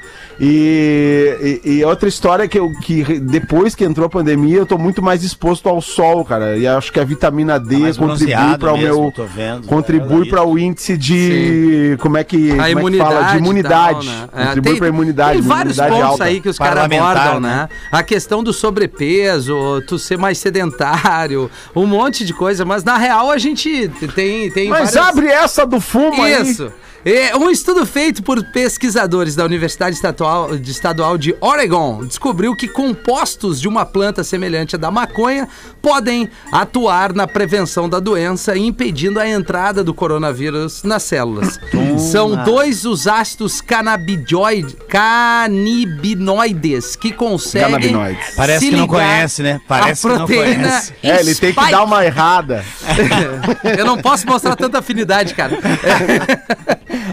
E, e- e outra história que eu que re- depois que entrou a pandemia, eu tô muito mais exposto ao sol, cara. E acho que a vitamina D
Tá mais
contribui
bronzeado
para o
mesmo,
meu
tô vendo.
contribui
É,
para o índice de como é que, como
A
é que
imunidade.
de imunidade.
e tal, né? É,
Contribui para imunidade,
Tem vários
imunidade
pontos
alta.
aí que os caras
Parlamentar,
abordam, né? A questão do sobrepeso, tu ser mais sedentário, um monte de coisa. Mas na real a gente tem. tem
Mas
várias-
abre essa do fumo aí.
Isso. É, um estudo feito por pesquisadores da Universidade Estatual- de Estadual de Oregon descobriu que compostos de uma planta semelhante à da maconha podem atuar na prevenção da doença, impedindo a entrada do coronavírus nas células. São dois os ácidos canabidioide- canibinoides que conseguem
Canabinoides.
Parece
se
que não
ligar
conhece, né?
à
Parece que não
proteína
conhece.
É, ele tem que
spike.
dar uma errada.
*laughs* Eu não posso mostrar tanta afinidade, cara.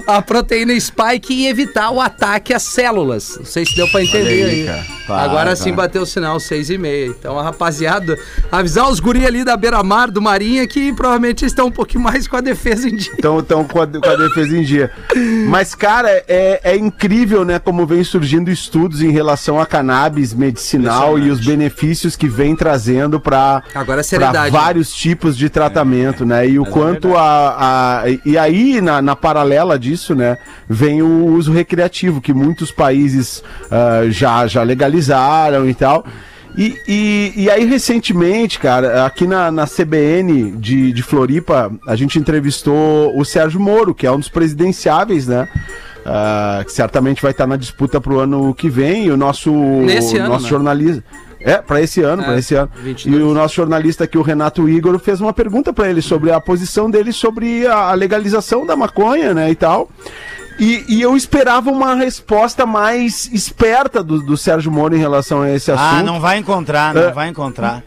A proteína spike e evitar o ataque às células. Não sei se deu pra entender
Olha
aí.
aí, cara. Claro,
Agora sim
claro.
bateu o sinal, seis e meia. Então, a rapaziada, avisar os guri ali da beira-mar, do Marinha, que provavelmente estão um pouquinho mais com a defesa em dia.
Então, então com, a, com a defesa em dia. Mas, cara, é, é incrível, né, como vem surgindo estudos em relação a cannabis medicinal e os benefícios que vem trazendo para
Agora é seriedade, né?
vários tipos de tratamento, né? E o quanto a, a- E aí, na, na paralela disso, né, vem o uso recreativo, que muitos países ah, já, já legalizaram e tal. E, e, e aí, recentemente, cara, aqui na, na CBN de, de Floripa, a gente entrevistou o Sérgio Moro, que é um dos presidenciáveis, né? Ah, que certamente vai estar na disputa pro ano que vem. E o nosso,
Nesse
o
ano,
nosso
né?
jornalista. É, para esse ano,
É,
para esse ano.
22.
E o nosso jornalista aqui, o Renato Igor, fez uma pergunta para ele sobre a posição dele sobre a a legalização da maconha, né, e tal. E, e eu esperava uma resposta mais esperta do, do Sérgio Moro em relação a esse assunto.
Ah, não vai encontrar, não
É.
vai encontrar.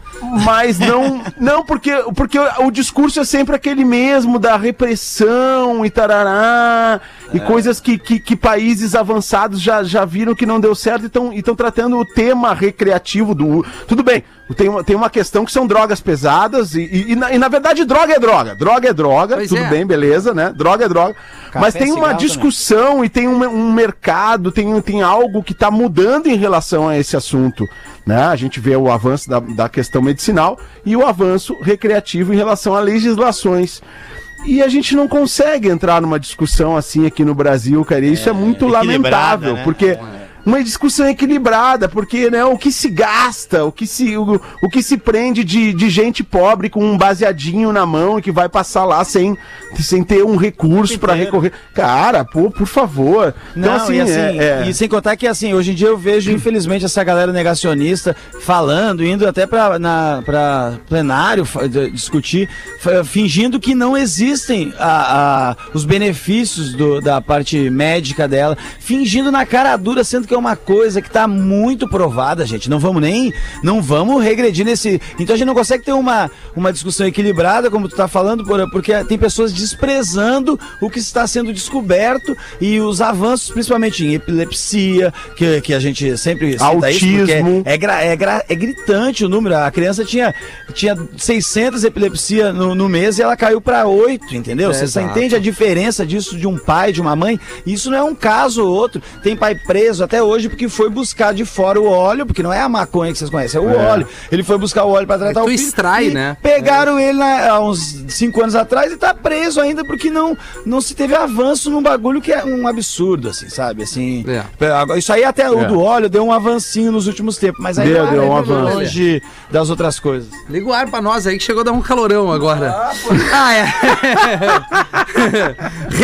Mas não. Não, porque, porque o discurso é sempre aquele mesmo da repressão e tarará.
É.
E coisas que, que, que países avançados já, já viram que não deu certo e estão tratando o tema recreativo do. Tudo bem, tem uma, tem uma questão que são drogas pesadas e, e, e na, e, na verdade droga é droga. Droga é droga,
Pois
tudo
é.
bem, beleza, né? Droga é droga.
Café,
Mas tem uma
cigarro também.
discussão discussão e tem um, um mercado, tem, tem algo que está mudando em relação a esse assunto. Né? A gente vê o avanço da, da questão medicinal e o avanço recreativo em relação a legislações. E a gente não consegue entrar numa discussão assim aqui no Brasil, cara. e Isso é, muito
equilibrada,
lamentável,
né?
porque uma discussão equilibrada, porque né, o que se gasta, o que se, o, o que se prende de, de gente pobre com um baseadinho na mão e que vai passar lá sem, sem ter um recurso para recorrer. Cara, pô, por favor.
Não, e, assim,
é- é-
e sem contar que assim, hoje em dia eu vejo, infelizmente, essa galera negacionista falando, indo até pra, na, pra plenário fa- de- discutir, fa- fingindo que não existem a- a- os benefícios do- da parte médica dela, fingindo na cara dura, sendo que é uma coisa que tá muito provada, gente. Não vamos nem, não vamos regredir nesse. Então a gente não consegue ter uma, uma discussão equilibrada, como tu tá falando, Porã, porque tem pessoas desprezando o que está sendo descoberto e os avanços, principalmente em epilepsia, que, que a gente sempre cita isso, porque
Autismo.
é, gra- é gra- é gritante o número. A criança tinha, tinha 600 epilepsia no, no mês e ela caiu para 8, entendeu? Você só entende a diferença disso de um pai, de uma mãe? Isso não é um caso ou outro. Tem pai preso até hoje porque foi buscar de fora o óleo, porque não é a maconha que vocês conhecem, é o óleo. Ele foi buscar o óleo para tratar
É,
o
tu
filho.
extrai,
e
né?
Pegaram ele na- há uns 5 anos atrás e tá preso ainda porque não, não se teve avanço num bagulho que é um absurdo, assim, sabe? Assim,
É.
é, agora- Isso aí até o do óleo deu um avancinho nos últimos tempos, mas ainda
Deu, deu um
é
avanço.
longe das outras coisas.
Liga o ar pra nós aí que chegou a dar um calorão agora. *laughs* Ah, é.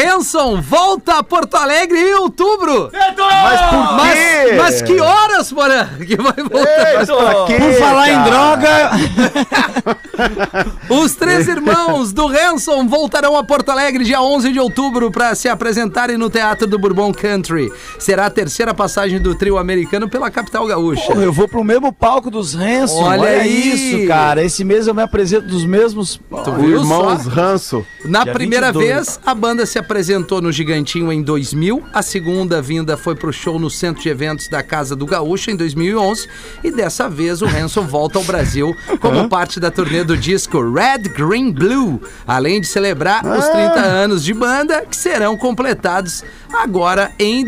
*laughs* Hanson, volta a Porto Alegre em outubro.
Mas por
Mas,
quê?
mas que horas, Porã, que vai voltar?
Mas pra quê,
Por falar em
cara?
droga,
Os três irmãos do Hanson voltarão a Porto Alegre dia 11 de outubro para se apresentarem no Teatro do Bourbon Country. Será a terceira passagem do trio americano pela capital gaúcha.
porra, eu vou pro mesmo palco dos Hanson.
Olha
Olha,
aí.
isso, cara. Esse mês eu me apresento dos mesmos.
viu? Viu
Irmãos
só?
Ranço.
Na
Dia
primeira
22.
vez, a banda se apresentou no Gigantinho em 2000. A segunda vinda foi pro show no Centro de Eventos da Casa do Gaúcho em 2011. E dessa vez o Hanson volta ao Brasil como parte da turnê do disco Red, Green, Blue. Além de celebrar
Ah.
os 30 anos de banda, que serão completados agora em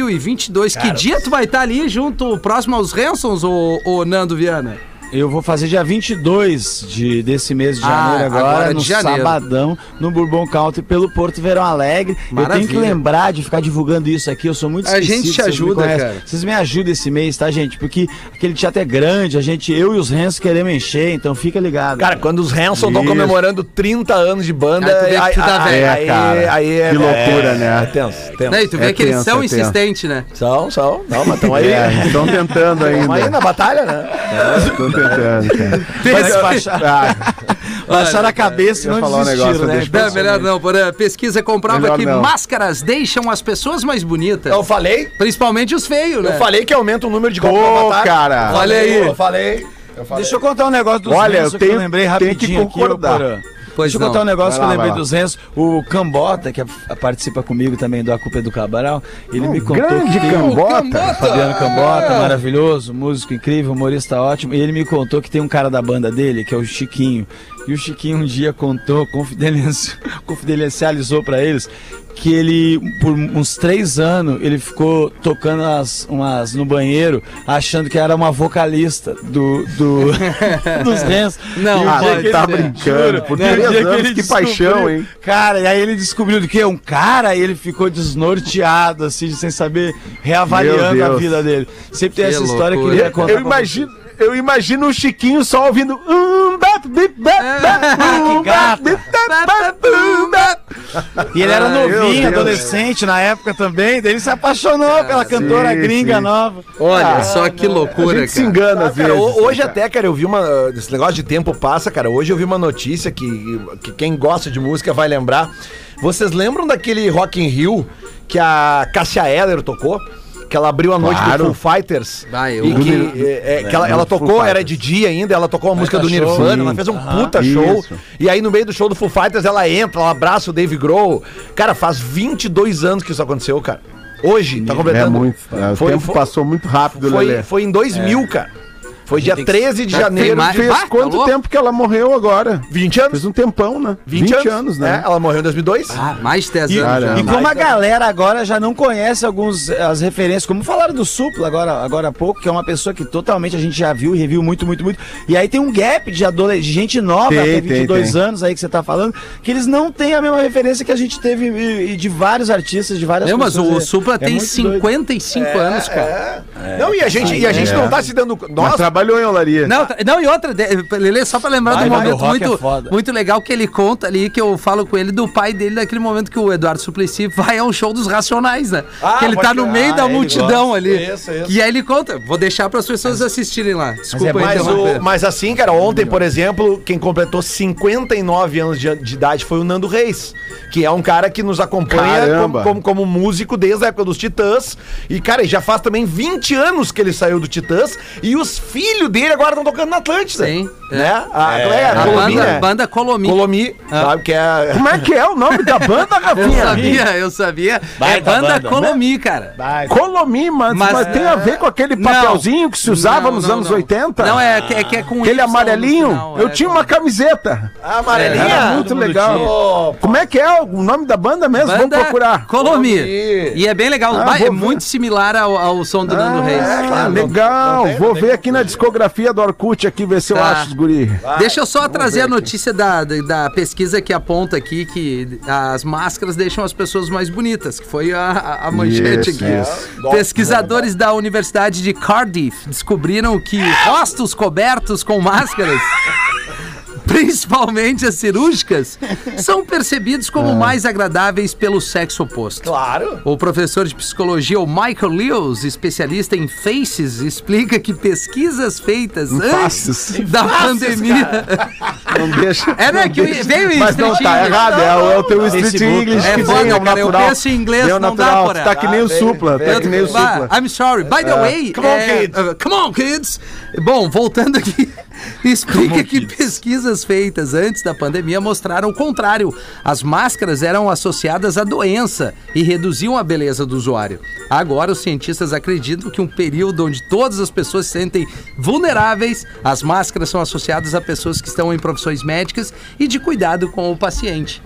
2022. Que dia tu vai estar ali junto, próximo aos Hansons, ô, ô Nando Viana?
Eu vou fazer dia 22 de, desse mês de
Ah,
janeiro agora,
agora
é
de
no
janeiro.
sabadão, no Bourbon Country, pelo Porto Verão Alegre. Eu
Maravilha.
tenho que lembrar de ficar divulgando isso aqui, eu sou muito
A
esquecido,
gente te
vocês me
ajuda,
conhecem.
cara.
Vocês me ajudam esse mês, tá, gente? Porque aquele teatro é grande, a gente, eu e os Rensos queremos encher, então fica ligado.
Cara, quando os Hanson estão
Isso.
comemorando 30 anos de banda,
Aí tu vê que tu tá velho.
aí,
É, cara.
aí é-
Que loucura,
é,
né?
É tenso, tenso.
Né, e tu vê
É
que eles
tenso,
são
é tenso.
insistentes, né?
São, são. Não, mas
*laughs*
estão aí.
Estão É, então tentando
Estão aí
ainda.
na batalha, né?
Estão tentando. cara.
Mas baixaram, baixaram a cabeça e
eu ia
não
falar um
desistiram,
negócio,
né?
deixa
Não, melhor não, Porã. Pesquisa comprova
Melhor
que
não.
máscaras deixam as pessoas mais bonitas.
Eu falei,
Principalmente os feios, né?
eu falei que aumenta o número de
É. Pô,
golpes na batalha.
cara.
Eu
Olha
falei,
aí.
Eu falei. Eu falei.
Deixa eu contar um negócio dos
Olha,
Renzo
eu
que eu
tenho-
lembrei
tenho que
rapidinho aqui, ô,
concordar.
Porã.
Pois
Deixa eu
não.
contar um negócio
Vai
que eu
lá,
lembrei
vai
dos Renzo. O Cambota, que a- a- participa comigo também do A Culpa é do Cabral, ele me contou
grande
que...
um Cambota.
Fabiano Cambota, maravilhoso, músico incrível, humorista ótimo. E ele me contou que tem um cara da banda dele, que é o Chiquinho. E o Chiquinho um dia contou, confidenci- *laughs* confidencializou pra eles, que ele, por uns três anos, ele ficou tocando as, umas no banheiro, achando que era uma vocalista do,
*laughs*
do- dos Rens.
Não,
E o
Ah,
dia que
tá
ele-
brincando. Por
Né, o
três
dia
anos,
ele
que paixão,
descobriu-
hein?
Cara, e aí ele descobriu do que é um cara e ele ficou desnorteado, assim, sem saber, reavaliando
Meu
a
Deus.
vida dele. Sempre tem
Que
essa história que
loucura.
ele ia contar.
Eu
pra
imagino, eu imagino o Chiquinho só
É.
ouvindo. "Um, bap, bip, bap, bap,
Ah, que
um, bap,
gata."
bip, bap, bap, um, bap."
E ele era
Ai, meu
novinho,
Deus. Ah,
adolescente na época também. Daí ele se apaixonou pela cantora
sim,
gringa
sim.
nova.
Olha só que
A
loucura,
gente se
cara.
engana
Ah,
às
cara,
vezes.
ho- hoje
né, cara?
até, cara, eu vi uma. Esse negócio de tempo passa, cara. Hoje eu vi uma notícia que, que quem gosta de música vai lembrar. Vocês lembram daquele Rock in Rio que a Cassia Eller tocou? Que ela abriu a noite
Claro.
do Foo Fighters.
Ah, eu-
e que, é, é, que ela, ela
do Foo
tocou, era
Fighters.
de dia ainda, ela tocou a música do
show.
Nirvana, ela
Sim.
fez um
Aham.
puta show.
Isso.
E aí no meio do show do Foo Fighters ela entra, ela abraça o Dave Grohl. Cara, faz 22 anos que isso aconteceu, cara. Hoje, tá
É
completando.
muito. né, o
Foi-
tempo
foi-
passou muito rápido,
Foi,
Lelê.
foi em 2000, cara. Foi dia
É. tem que-
13 de
tá- tem
janeiro.
mais-
de-
Fez
Ah, tá
quanto
louco?
tempo que ela morreu agora?
20 anos?
Fez um tempão, né?
20, anos, né?
né?
Ela morreu em 2002.
Ah, mais 10
E,
anos
Caramba.
e
já.
como a galera agora já não conhece alguns as referências, como falaram do Supla agora, agora há pouco, que é uma pessoa que totalmente a gente já viu e reviu muito, muito, muito. E aí tem um gap de, adole- de gente nova,
Tem,
até
tem,
22
tem.
anos aí que você tá falando, que eles não têm a mesma referência que a gente teve e, e de vários artistas, de várias
Não, mas o
pessoas. É-
Supla
é
tem
muito doido.
55 anos, cara.
não, e a gente, e a gente não tá se dando. co-
É. Mas
Nossa,
trabalhou em olaria.
Não, tá- não, e outra, de- Lele, só pra lembrar
Vai,
do
vai, o
momento
rock é
muito,
foda.
muito legal que ele conta ali, que eu falo com ele do pai dele, daquele momento que o Eduardo Suplicy vai ao show dos Racionais, né?
Ah,
que ele tá
pode
no
crer.
meio
Ah,
da
ele
multidão
gosta.
ali.
Isso, isso.
E aí ele conta, vou deixar pras pessoas assistirem lá.
é
Desculpa
mais
mas,
interromper.
o, mas assim, cara, ontem, por exemplo, quem completou 59 anos de, de idade foi o Nando Reis, que é um cara que nos acompanha
Caramba.
como, como- como músico desde a época dos Titãs. E, cara, já faz também 20 anos que ele saiu do Titãs. E os filhos dele agora estão tocando na Atlântida.
Sim, é.
Né? A, é, a
A
Colomi,
banda,
né?
banda Colomi.
Colomi, sabe? Que é.
Como é que é o nome da
*laughs*
banda,
Eu
Rafinha?
sabia, eu sabia. é
Baita
banda,
né?
banda,
Colomi, cara.
Colomi, mas,
Mas-
mas tem a ver com aquele
Não.
papelzinho que se usava
Não,
nos
não,
anos
não.
80?
Não, é, que- é que é com
Aquele
Y no
amarelinho?
final,
eu
é,
tinha
com-
uma camiseta.
A amarelinha.
Era muito
todo mundo
legal.
tinha.
Ô,
Como é que é o nome da banda mesmo?
Banda
Vamos procurar.
Colomi.
Colomi.
E é bem legal.
Ah,
Vai- é
vou ver.
muito similar ao, ao som do Nando Reis.
Ah,
claro, não-
legal.
não tem-
Vou
não tem
ver aqui na discografia do Orkut aqui, ver se eu
Tá.
acho os guri.
Deixa eu só trazer a notícia da, da- da pesquisa que aponta aqui que as máscaras deixam as pessoas mais bonitas, que foi a, a- a manchete
Isso,
aqui.
isso.
Pesquisadores da Universidade de Cardiff descobriram que rostos cobertos com máscaras, *laughs* principalmente as cirúrgicas, são percebidos
Ah.
como mais agradáveis pelo sexo oposto.
Claro.
O professor de psicologia, o Michael Lewis, especialista em faces, explica que pesquisas feitas
faces.
antes da pandemia.
Não deixa.
É, né? Que veio em
Mas não
street
tá
English.
errado, é, o- é o teu Street
Facebook.
English
É
que
foda,
vem, é o
cara, eu
natural.
penso em inglês,
Vem o
não dá,
natural,
porra.
Tá que
Ah,
nem o supla, tá que nem o
Bah,
supla. É.
I'm sorry. By the way,
Come on, kids.
uh, come on, kids. Bom, voltando aqui, *laughs* explica que pesquisas feitas antes da pandemia mostraram o contrário. As máscaras eram associadas à doença e reduziam a beleza do usuário. Agora, os cientistas acreditam que um período onde todas as pessoas se sentem vulneráveis, as máscaras são associadas a pessoas que estão em profissões médicas e de cuidado com o paciente.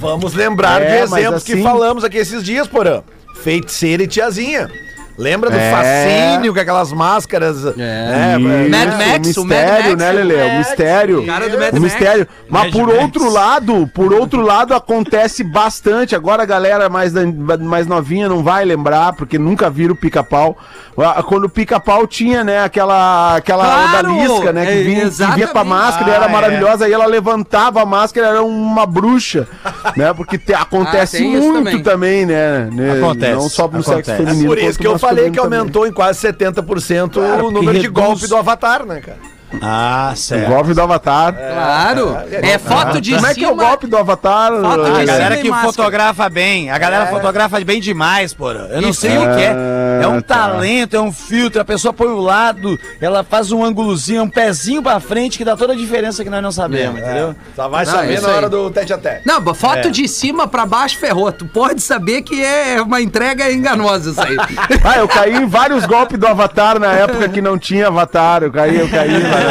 Vamos lembrar
É,
de
mas
exemplos que
assim-
falamos aqui esses dias, Porã. Feiticeira e tiazinha. Lembra do
É.
fascínio com aquelas máscaras? né?
Isso,
Mad Max,
o
o Mad
é, mistério,
Max,
né, Lelê?
Mad
O mistério.
o cara do Mad
o
Max.
mistério. Mas
Mad
por
Max.
outro lado, por outro lado, acontece bastante. Agora a galera mais, dan- mais novinha não vai lembrar, porque nunca viram o pica-pau. Ah, Quando o pica-pau tinha, né, aquela, aquela
Claro!
odalisca, né, que
É,
vinha, que vinha com a
exatamente.
máscara, e
Ah,
era
é.
maravilhosa, aí ela levantava a máscara, era
*laughs*
uma bruxa, né, porque te- acontece
Ah, tem isso
muito
também.
também. né, né,
Acontece,
Não só no
acontece.
sexo feminino.
Por isso
quanto
que eu
no
falei que
masculino também.
aumentou em quase 70%
Claro,
o
porque
número de
reduz-
golpe do Avatar, né, cara?
Ah, certo.
O golpe do Avatar.
Claro. É, foto de
Como
cima.
é que é o golpe do Avatar? Ah,
Foto de
Lelê?
A Ah, galera
Sem
que
máscara. É.
fotografa bem, a galera fotografa bem demais, porra. Eu não
Isso.
sei o que é. É um
Ah, tá.
talento, é um filtro, a pessoa põe o lado, ela faz um ângulozinho, um pezinho pra frente que dá toda a diferença que nós não sabemos, entendeu?
Só vai
Ah,
Não,
saber
isso
na hora
aí.
do tete a tete.
Não, mas foto de cima pra baixo ferrou. Tu pode saber que é uma entrega enganosa isso aí.
Ah, eu caí em vários golpes do Avatar na época que não tinha Avatar. Eu caí, eu caí. mas-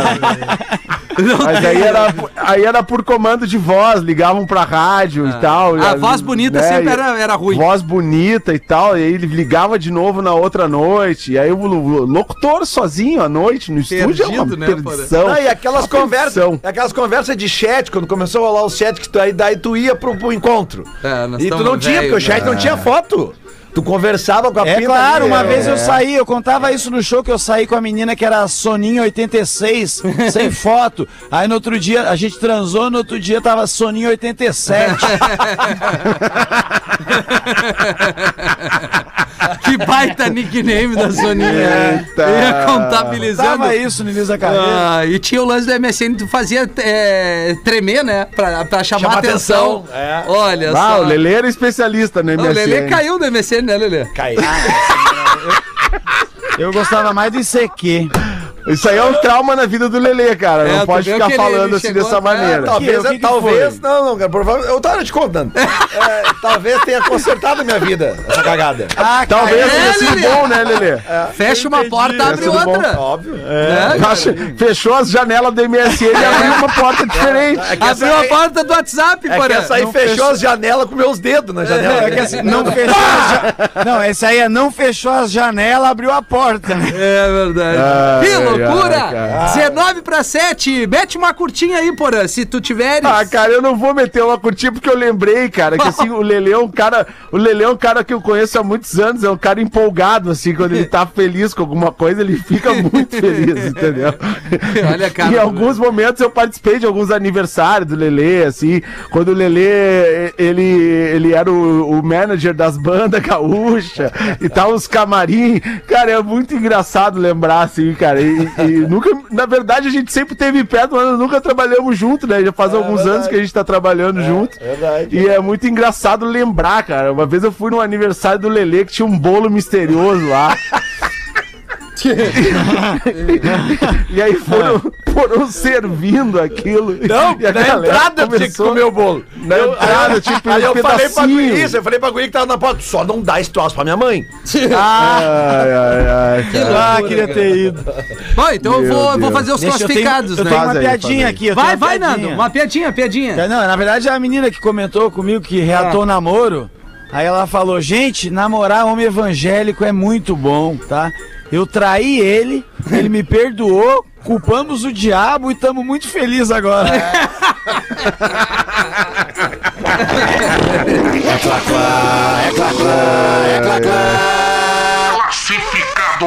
Mas aí era, aí era por comando de voz, ligavam pra rádio e tal.
A Ah. voz bonita sempre era- era ruim.
Voz bonita e tal. E aí ele ligava de novo na outra noite. E aí o lo- locutor sozinho à noite no estúdio é uma
Perdido, né,
perdição.
é
Não, e aquelas
Uma perdição.
conversas, aquelas conversas de chat, quando começou a rolar o chat, que tu, aí daí tu ia pro, pro encontro.
É, nós
e tu
tamo
não tinha,
velho,
porque o chat
né?
não tinha foto. Tu conversava com a
É
pinta
claro,
ali,
uma
é.
vez eu saí, eu contava isso no show que eu saí com a menina que era Soninho 86, sem foto. Aí no outro dia, a gente transou, no outro dia tava Soninho 87.
Que baita nickname da Soninha.
Eita.
Ia contabilizando.
tava né? isso no início da carreira.
Ah, e tinha o lance do MSN, tu fazia é, tremer, né? Pra, pra chamar
Chamar
atenção.
atenção, é.
Olha
Ah,
só.
o Lele era especialista no
O
MSN.
Lelê caiu do MSN, né, Lelê?
Caiu.
Eu gostava mais do ICQ.
Isso aí é um trauma na vida do Lele, cara.
É,
Não
tu
pode
viu
ficar
que ele- ele
falando assim
chegou
dessa
atrás,
maneira.
tá.
Talvez, é,
o que que
talvez,
foi?
não, não, cara, provavelmente, eu tava te contando. É, talvez tenha consertado a minha vida, essa cagada.
Ah,
Talvez
É,
tenha sido
Lelê. É,
bom, né, Lele?
Fecha uma porta, abre
Tudo bom?
outra.
Óbvio.
Né, cara?
Fechou as janelas do MSN e
É.
abriu uma porta diferente.
que essa
Abriu a
aí-
porta do WhatsApp,
Ah, É que
porém.
essa aí fechou as janelas com meus dedos na janela.
É que assim, não fechou as ja- Não, esse aí é não fechou as janelas, abriu a porta. né?
É verdade.
Ai,
que
Ah, ai,
loucura!
cara.
19 para 7. Mete uma curtinha aí, porra, se tu tiveres.
Ah, cara, eu não vou meter uma curtinha porque eu lembrei, cara, que assim, o Lele é um cara. O Lele é um cara que eu conheço há muitos anos, é um cara empolgado, assim, quando
*laughs*
ele tá feliz com alguma coisa, ele fica muito feliz, entendeu?
*laughs* Olha a cara
Em
do
alguns momentos eu participei de alguns aniversários do Lele, assim, quando o Lele, ele, ele era o, o manager das bandas *laughs* gaúcha e tal, os camarim. Cara, é muito engraçado lembrar, assim, cara. E, e
*laughs*
nunca, na verdade, a gente sempre teve perto, mas nunca trabalhamos junto, né? Já
É
faz alguns anos que a gente tá trabalhando junto.
verdade.
E é muito engraçado lembrar, cara. Uma vez eu fui num aniversário do Lele que tinha um bolo misterioso lá. E aí foram, foram servindo aquilo.
Não,
e a
na entrada eu tinha que comer o bolo.
Na
*laughs*
entrada eu tinha que comer
Aí eu
um
falei pra
pedacinho.
guria, isso, eu falei pra guria que tava na porta, só não dá esse troço pra minha mãe.
um- Ai, ai, ai, cara.
Ah, queria ter ido.
Bom, então eu
Meu
vou, eu vou
Deus.
fazer os
Deixa, eu tenho,
classificados,
eu
né?
tenho uma
Faz aí,
piadinha
faz aí.
aqui. eu
Vai,
tenho uma
vai,
piadinha.
Nando. Uma piadinha, piadinha.
Não, na verdade é a menina que comentou comigo que reatou o namoro. Aí ela falou: gente, namorar homem evangélico é muito bom, tá? Eu traí ele, ele me perdoou, culpamos o diabo e estamos muito felizes agora.
Classificados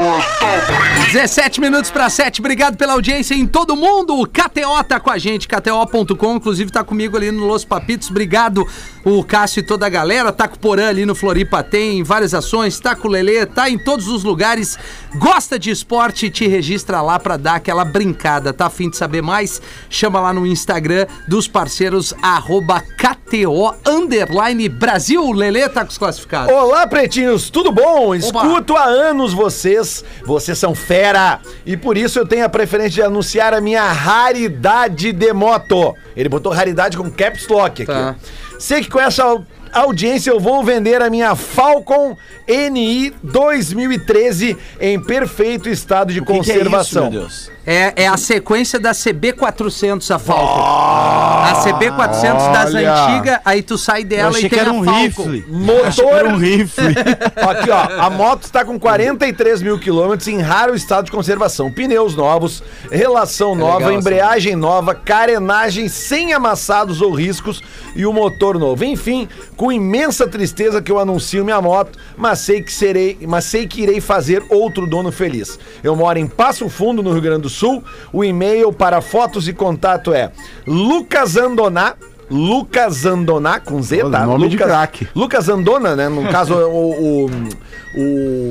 do
17 minutos para 7. Obrigado pela audiência em todo mundo. O KTO tá com a gente, KTO.com. Inclusive tá comigo ali no Los Papitos. Obrigado, o Cássio e toda a galera. Tá com o Porã ali no Floripa, tem várias ações. Tá com o Lelê, tá em todos os lugares. Gosta de esporte? Te registra lá para dar aquela brincada. Tá afim de saber mais? Chama lá no Instagram dos parceiros, arroba KTO, underline Brasil. Lelê tá com os classificados.
Olá, pretinhos, tudo bom? Escuto há anos vocês, vocês são fera. E por isso eu tenho a preferência de anunciar a minha raridade de moto. Ele botou raridade com caps lock aqui.
Tá.
Sei que com essa au- audiência eu vou vender a minha Falcon NI 2013 em perfeito estado de
Que que é isso,
conservação.
meu Deus?
É, é a sequência da CB400, a Falcon. a CB400 das
Olha!
antigas, aí tu sai
Eu
dela
achei
e
que
tem
era
a
um
Falcon.
rifle. Achei que
Motor
era um rifle.
Aqui, ó, a moto está com 43 mil quilômetros em raro estado de conservação. Pneus novos, relação
É
nova,
legal essa
embreagem nova, carenagem sem amassados ou riscos e o motor novo. Enfim, com imensa tristeza que eu anuncio minha moto, mas sei que serei, mas sei que irei fazer outro dono feliz. Eu moro em Passo Fundo, no Rio Grande do Sul. O e-mail para fotos e contato é lucasandoná Lucas Andoná com Z,
Ô,
tá?
nome de
Lucas-
craque.
Lucas Andona, né? No *laughs* caso, o, o,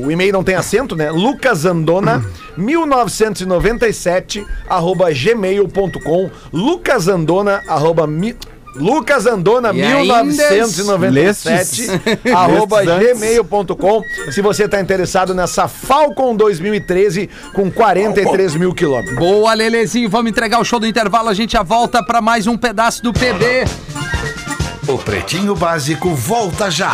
o e-mail não tem acento, né? Lucas Andona, 1997, arroba gmail.com. Lucas Andona, arroba mi, Lucas Andona,
E ainda
1997, *laughs*
estes-
arroba
estes antes.
gmail.com. Se você tá interessado nessa Falcon 2013 com 43 mil quilômetros.
Boa, Lelezinho. Vamos entregar o show do intervalo. A gente já volta pra mais um pedaço do PB.
O Pretinho Básico volta já.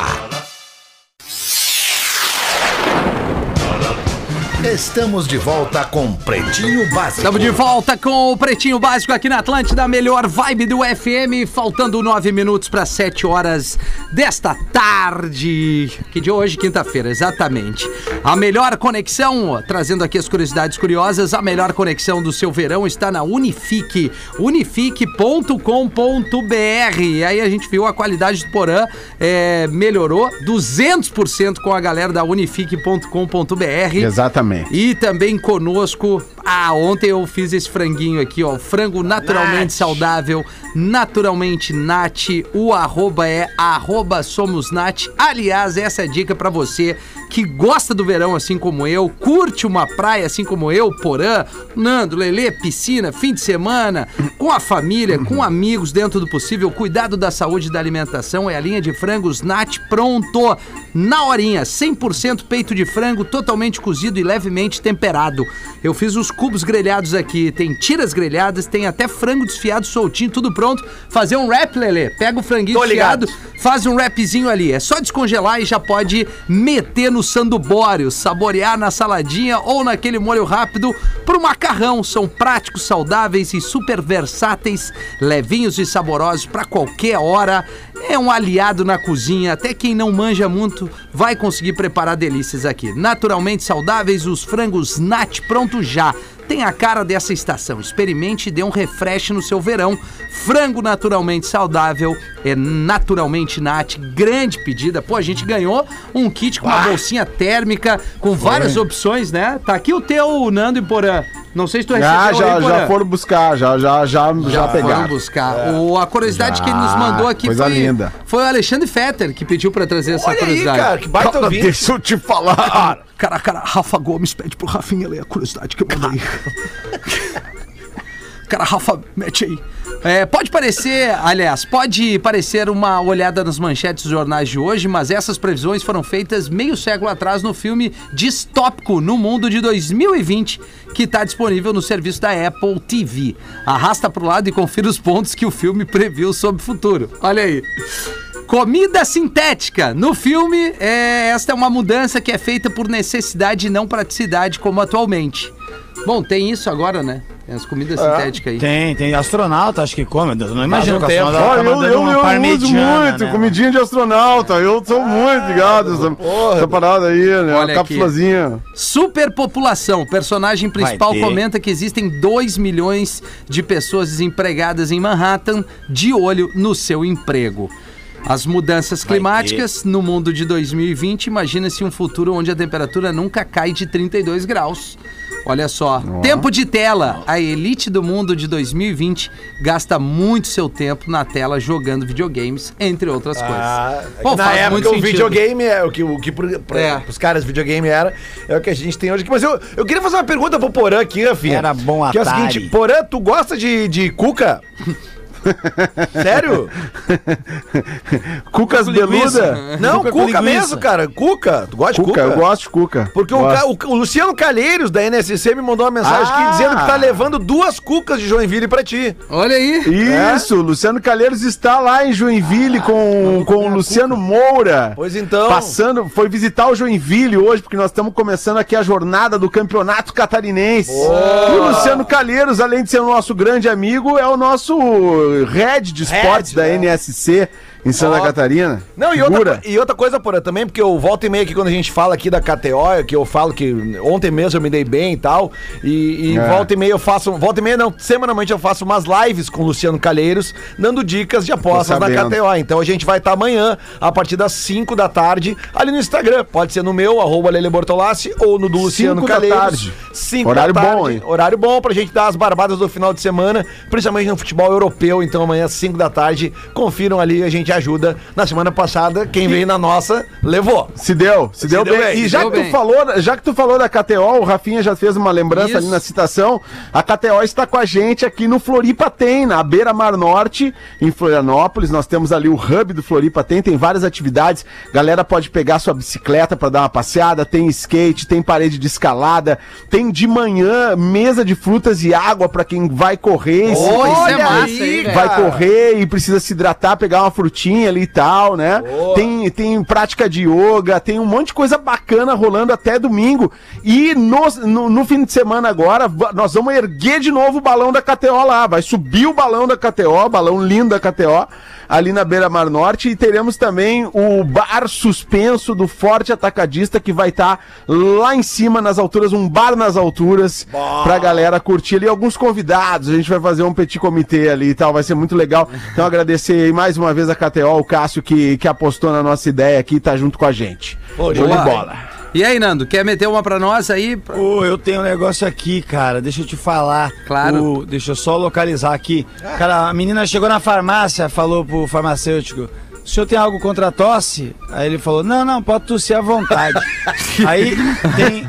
Estamos de volta com Pretinho Básico.
Estamos de volta com o Pretinho Básico aqui na Atlântida, a melhor vibe do FM, faltando nove minutos para sete horas desta tarde, que de hoje, quinta-feira, exatamente. A melhor conexão, ó, trazendo aqui as curiosidades curiosas, a melhor conexão do seu verão está na Unifique, unifique.com.br. E aí a gente viu a qualidade do Porã é, melhorou 200% com a galera da unifique.com.br.
Exatamente.
E também conosco, ah, ontem eu fiz esse franguinho aqui, ó, o frango naturalmente saudável, naturalmente Nat, o arroba é arroba somos Nat. Aliás, essa é a dica pra você que gosta do verão assim como eu, curte uma praia assim como eu, Porã, Nando, Lelê, piscina, fim de semana, com a família, com amigos dentro do possível, cuidado da saúde e da alimentação é a linha de frangos Nat pronto, na horinha, 100% peito de frango, totalmente cozido e levemente temperado. Eu fiz os cubos grelhados aqui, tem tiras grelhadas, tem até frango desfiado soltinho, tudo pronto. Fazer um wrap, Lelê, pega o franguinho
Tô
desfiado,
ligado.
faz um wrapzinho ali. É só descongelar e já pode meter no sandubório, saborear na saladinha ou naquele molho rápido pro macarrão. São práticos, saudáveis e super versáteis, levinhos e saborosos pra qualquer hora. É um aliado na cozinha, até quem não manja muito vai conseguir preparar delícias aqui. Naturalmente saudáveis, os frangos Nat pronto já. Tem a cara dessa estação. Experimente e dê um refresh no seu verão. Frango naturalmente saudável é naturalmente Nat. Grande pedida. Pô, a gente ganhou um kit com uma bolsinha térmica, com várias opções, né? Tá aqui o teu, Nando e Porã. Não sei se tu recebeu
Ah, já,
aí,
já foram buscar, já, já, já, já,
já foram
pegaram. É.
buscar. O, a curiosidade
Já.
que ele nos mandou aqui
Coisa
foi,
linda.
foi o Alexandre Fetter que pediu pra trazer essa
Olha aí,
curiosidade.
cara, que baita ouvinte.
Deixa eu te falar.
Cara, cara, Rafa Gomes pede pro Rafinha ler a curiosidade que eu mandei. cara, Rafa, mete aí. É, pode parecer, aliás, pode parecer uma olhada nas manchetes dos jornais de hoje, mas essas previsões foram feitas meio século atrás no filme distópico No Mundo de 2020, que está disponível no serviço da Apple TV. Arrasta pro lado e confira os pontos que o filme previu sobre o futuro. Olha aí. Comida sintética. No filme, é, esta é uma mudança que é feita por necessidade e não praticidade, como atualmente. Bom, tem isso agora, né? Tem as comidas
É.
sintéticas aí.
Tem, tem astronauta, acho que come. Eu não imagino que
um tempo.
astronauta
Ó,
tá
eu,
mandando
eu,
uma
eu uso
parmegiana,
muito,
né?
comidinha de astronauta. Eu sou muito ligado essa, essa parada aí, né?
Olha
Uma cápsulazinha.
Superpopulação. O personagem principal
ter.
comenta que existem 2 milhões de pessoas desempregadas em Manhattan de olho no seu emprego. As mudanças climáticas no mundo de 2020, imagina-se um futuro onde a temperatura nunca cai de 32 graus. Olha só, tempo de tela. A elite do mundo de 2020 gasta muito seu tempo na tela jogando videogames, entre outras coisas. Ah, Bom,
Ah, É na
faz
época
muito
o
sentido. né?
videogame é o que, o que pro, pra,
É.
pros caras videogame era, é o que a gente tem hoje aqui. Mas eu, eu queria fazer uma pergunta pro Porã aqui, Rafinha.
Era bom
Que é o
Atari.
seguinte, Porã, tu gosta de, de
*laughs*
cuca? Sério?
*laughs*
Cucas beluda.
Não,
Cuca
cuca,
com linguiça.
mesmo, cara. Cuca. Tu gosta de
Cuca,
cuca?
eu gosto de cuca.
Porque o,
gosto.
ca- o ca- o Luciano Calheiros, da NSC, me mandou uma mensagem aqui
Ah!
dizendo que tá levando duas cucas de Joinville pra ti.
Olha aí.
É?
Isso, Luciano Calheiros está lá em Joinville
Ah,
com, com o Luciano Moura.
Pois então.
Passando, foi visitar o Joinville hoje, porque nós estamos começando aqui a jornada do Campeonato Catarinense. E o Luciano Calheiros, além de ser o nosso grande amigo, é o nosso head de esportes da NSC em Santa
né? Ó.
Catarina.
Não, e outra,
Figura.
co- e outra coisa, Porã, também, porque eu volto e meia aqui quando a gente fala aqui da KTO, que eu falo que ontem mesmo eu me dei bem e tal, e, e
É.
volta e meia eu faço, volta e meia não, semanalmente eu faço umas lives com o Luciano Calheiros, dando dicas de apostas da
sabendo.
KTO. Então a gente vai estar amanhã, a partir das 5 da tarde, ali no Instagram. Pode ser no meu, arroba Lele Bortolassi, ou no do Luciano
Cinco da
Calheiros.
tarde.
5
Horário bom, hein?
é Horário bom pra gente dar as barbadas do final de semana, principalmente no futebol europeu. Então amanhã às 5 da tarde, confiram ali, a gente ajuda. Na semana passada, quem veio na nossa, levou.
Se deu, se, deu,
deu
bem.
bem,
E
se
já
deu
que,
bem.
tu falou, já que tu falou da KTO, o Rafinha já fez uma lembrança
Isso.
ali na citação. A KTO está com a gente aqui no Floripa Tem, na Beira Mar Norte, em Florianópolis. Nós temos ali o hub do Floripa Tem, tem várias atividades. Galera pode pegar sua bicicleta para dar uma passeada, tem skate, tem parede de escalada, tem de manhã mesa de frutas e água para quem vai correr. e se
Olha
hidratar.
aí,
Vai correr e precisa se hidratar, pegar uma bonitinha ali e tal, né? Tem, tem prática de yoga, tem um monte de coisa bacana rolando até domingo. E no, no, no fim de semana agora, va- nós vamos erguer de novo o balão da KTO lá. Vai subir o balão da KTO, balão lindo da KTO, ali na Beira Mar Norte. E teremos também o bar suspenso do Forte Atacadista, que vai estar lá em cima, nas alturas, um bar nas alturas, pra galera curtir ali. Alguns convidados, a gente vai fazer um petit comitê ali e tal, vai ser muito legal. Então agradecer aí mais uma vez a KTO, o Cássio, que, que apostou na nossa ideia aqui e tá junto com a gente. Show de
boa.
bola.
E aí, Nando, quer meter uma pra nós aí? Pra-
Ô, eu tenho um negócio aqui, cara. Deixa eu te falar.
Claro.
O- deixa eu só localizar aqui. Cara, a menina chegou na farmácia, falou pro farmacêutico: o senhor tem algo contra a tosse? Aí ele falou: não, não, pode tossir à
*laughs*
vontade. Aí tem.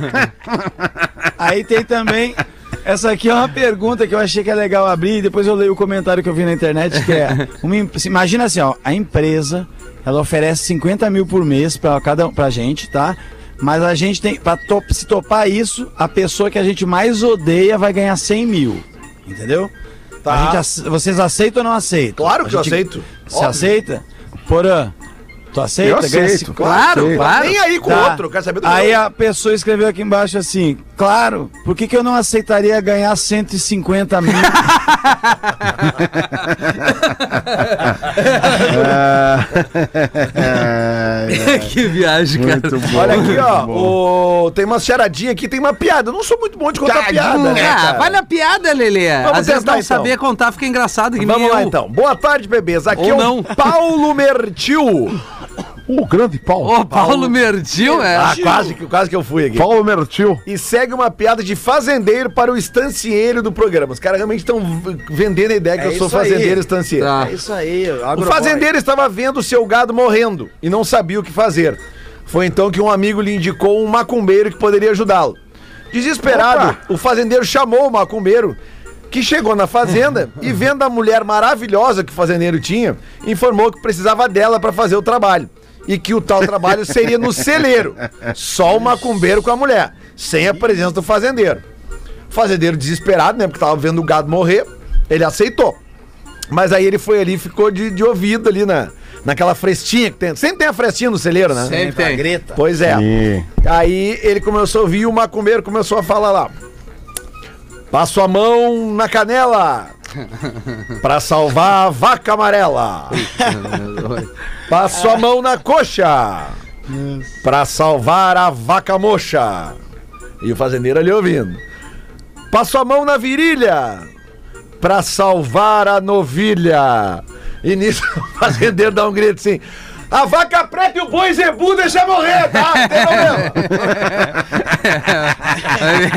Aí tem também. Essa aqui é uma pergunta que eu achei que é legal abrir, e depois eu leio o comentário que eu vi na internet, que é. uma em- se- imagina assim, ó, a empresa, ela oferece 50 mil por mês pra, cada, pra gente, tá? Mas a gente tem. Pra top- se topar isso, a pessoa que a gente mais odeia vai ganhar 100 mil. Entendeu?
Tá.
A gente ace- vocês aceitam ou não aceitam?
Claro
A
que eu
gente-
aceito.
Você aceita? Porã, tu aceita?
Eu
Ganha
aceito,
cinco-
Claro,
sim.
claro.
Nem aí com o
Tá.
outro, eu quero saber do
Aí
meu.
a pessoa escreveu aqui embaixo assim: Claro, por que, que eu não aceitaria ganhar
*laughs*
150 mil?
*laughs* que viagem, cara.
Olha aqui, ó. o- Tem uma charadinha aqui, tem uma piada. Eu não sou muito bom de contar piada, né?
Ah,
cara?
vai na piada, Lelê. Às vezes
tentar,
não
então.
saber contar fica engraçado. Que nem
Vamos lá
eu.
então. Boa tarde, bebês. Aqui
Ou
é o
não.
Paulo Mertil.
O grande Paulo.
Ô, Paulo Merdil, é.
Ah, quase que, quase que eu fui aqui.
Paulo Mertil.
E segue uma piada de fazendeiro para o estancieiro do programa. Os caras realmente estão v- vendendo a ideia que eu sou
É isso aí.
fazendeiro estancieiro.
Tá.
É Isso aí,
O fazendeiro estava vendo o seu gado morrendo e não sabia o que fazer. Foi então que um amigo lhe indicou um macumbeiro que poderia ajudá-lo. Desesperado, o fazendeiro chamou o macumbeiro, que chegou na fazenda e, vendo a mulher maravilhosa que o fazendeiro tinha, informou que precisava dela para fazer o trabalho. E que o tal trabalho seria no celeiro. Só o macumbeiro com a mulher, sem a presença do fazendeiro. O fazendeiro desesperado, né? Porque tava vendo o gado morrer, ele aceitou. Mas aí ele foi ali e ficou de, de ouvido ali na, naquela frestinha que tem. Sempre tem a frestinha no celeiro, né?
Sempre
tá
tem.
Pois é.
Sim.
Aí ele começou a ouvir e o macumbeiro começou a falar lá. Passa a mão na canela pra salvar a vaca amarela. Passa a mão na coxa pra salvar a vaca mocha. E o fazendeiro ali ouvindo. Passa a mão na virilha pra salvar a novilha. E nisso *laughs* o fazendeiro dá um grito assim. A vaca preta e o boi zebu deixa morrer,
*laughs*
tá? Não tem
Ah,
problema.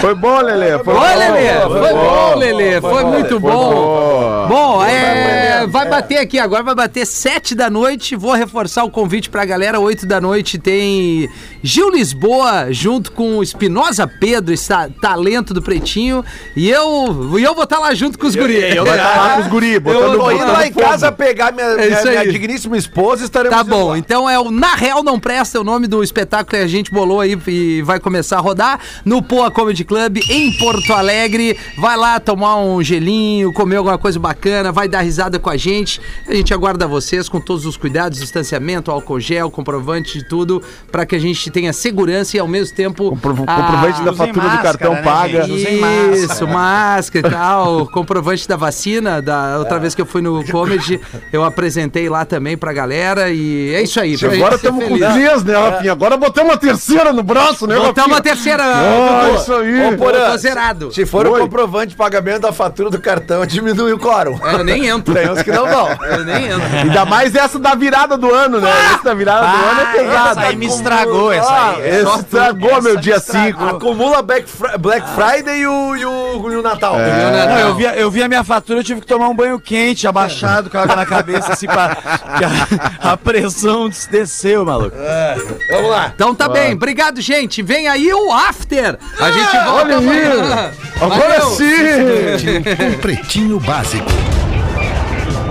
Foi bom, Lelê. Foi
Ô,
bom,
Lelê, foi bom, Lelê, foi muito bom.
bom.
Bom, é, vai bater aqui agora, vai bater sete da noite. Vou reforçar o convite pra galera. Oito da noite tem Gil Lisboa junto com o Espinosa Pedro, esse ta- talento do Pretinho. E eu, e eu vou estar lá junto com os guris.
Tá lá com os guri, botando
Eu vou ir
botando
lá em
fogo.
casa pegar minha,
É
minha,
isso
minha
aí.
digníssima esposa e estaremos
Tá
juntos
bom,
lá.
então é o Na Real Não Presta, é o nome do espetáculo que a gente bolou aí e vai começar a rodar no Poa Comedy Club em Porto Alegre. Vai lá tomar um gelinho, comer alguma coisa bacana, vai dar risada com a gente. A gente aguarda vocês com todos os cuidados, distanciamento, álcool gel, comprovante de tudo, para que a gente tenha segurança e ao mesmo tempo.
Compro-
a-
Comprovante da
usem
fatura do
máscara,
cartão
né,
paga.
gente? Usem
Isso, máscara e tal, comprovante da vacina. Da outra vez que eu fui no Comedy, eu apresentei lá também pra galera. E é isso aí, pra gente
Agora
ser
estamos com
feliz.
três, né,
É.
Rafinha? Agora botamos uma terceira no braço, né,
Voltamos
Rafinha?
a terceira.
Ah,
Dudu.
isso aí.
Ô, Porã,
Eu tô zerado.
Se for o
Oi.
comprovante de pagamento da fatura do cartão, *laughs* diminui o quórum.
É, Eu nem entro.
Tem uns que não vão.
Eu nem entro.
Ainda mais essa da virada do ano, né? Essa da virada do ano é pesada.
Ah! Essa aí me estragou, essa aí.
Esse estragou
essa
meu
me
dia
estragou.
5.
Acumula Black, Fri- Black Friday e o, e o, e o Natal.
É.
Não,
Ah.
eu vi, a- eu vi a minha fatura, eu tive que tomar um banho quente, abaixado, com água na cabeça, assim, pra, que a, *laughs* a pressão des- desceu, maluco.
Vamos lá.
Então tá bem, obrigado, gente. Vem aí o after. A gente
Ah,
volta
olha aí.
amanhã.
Agora
Valeu.
sim!
Um Pretinho Básico.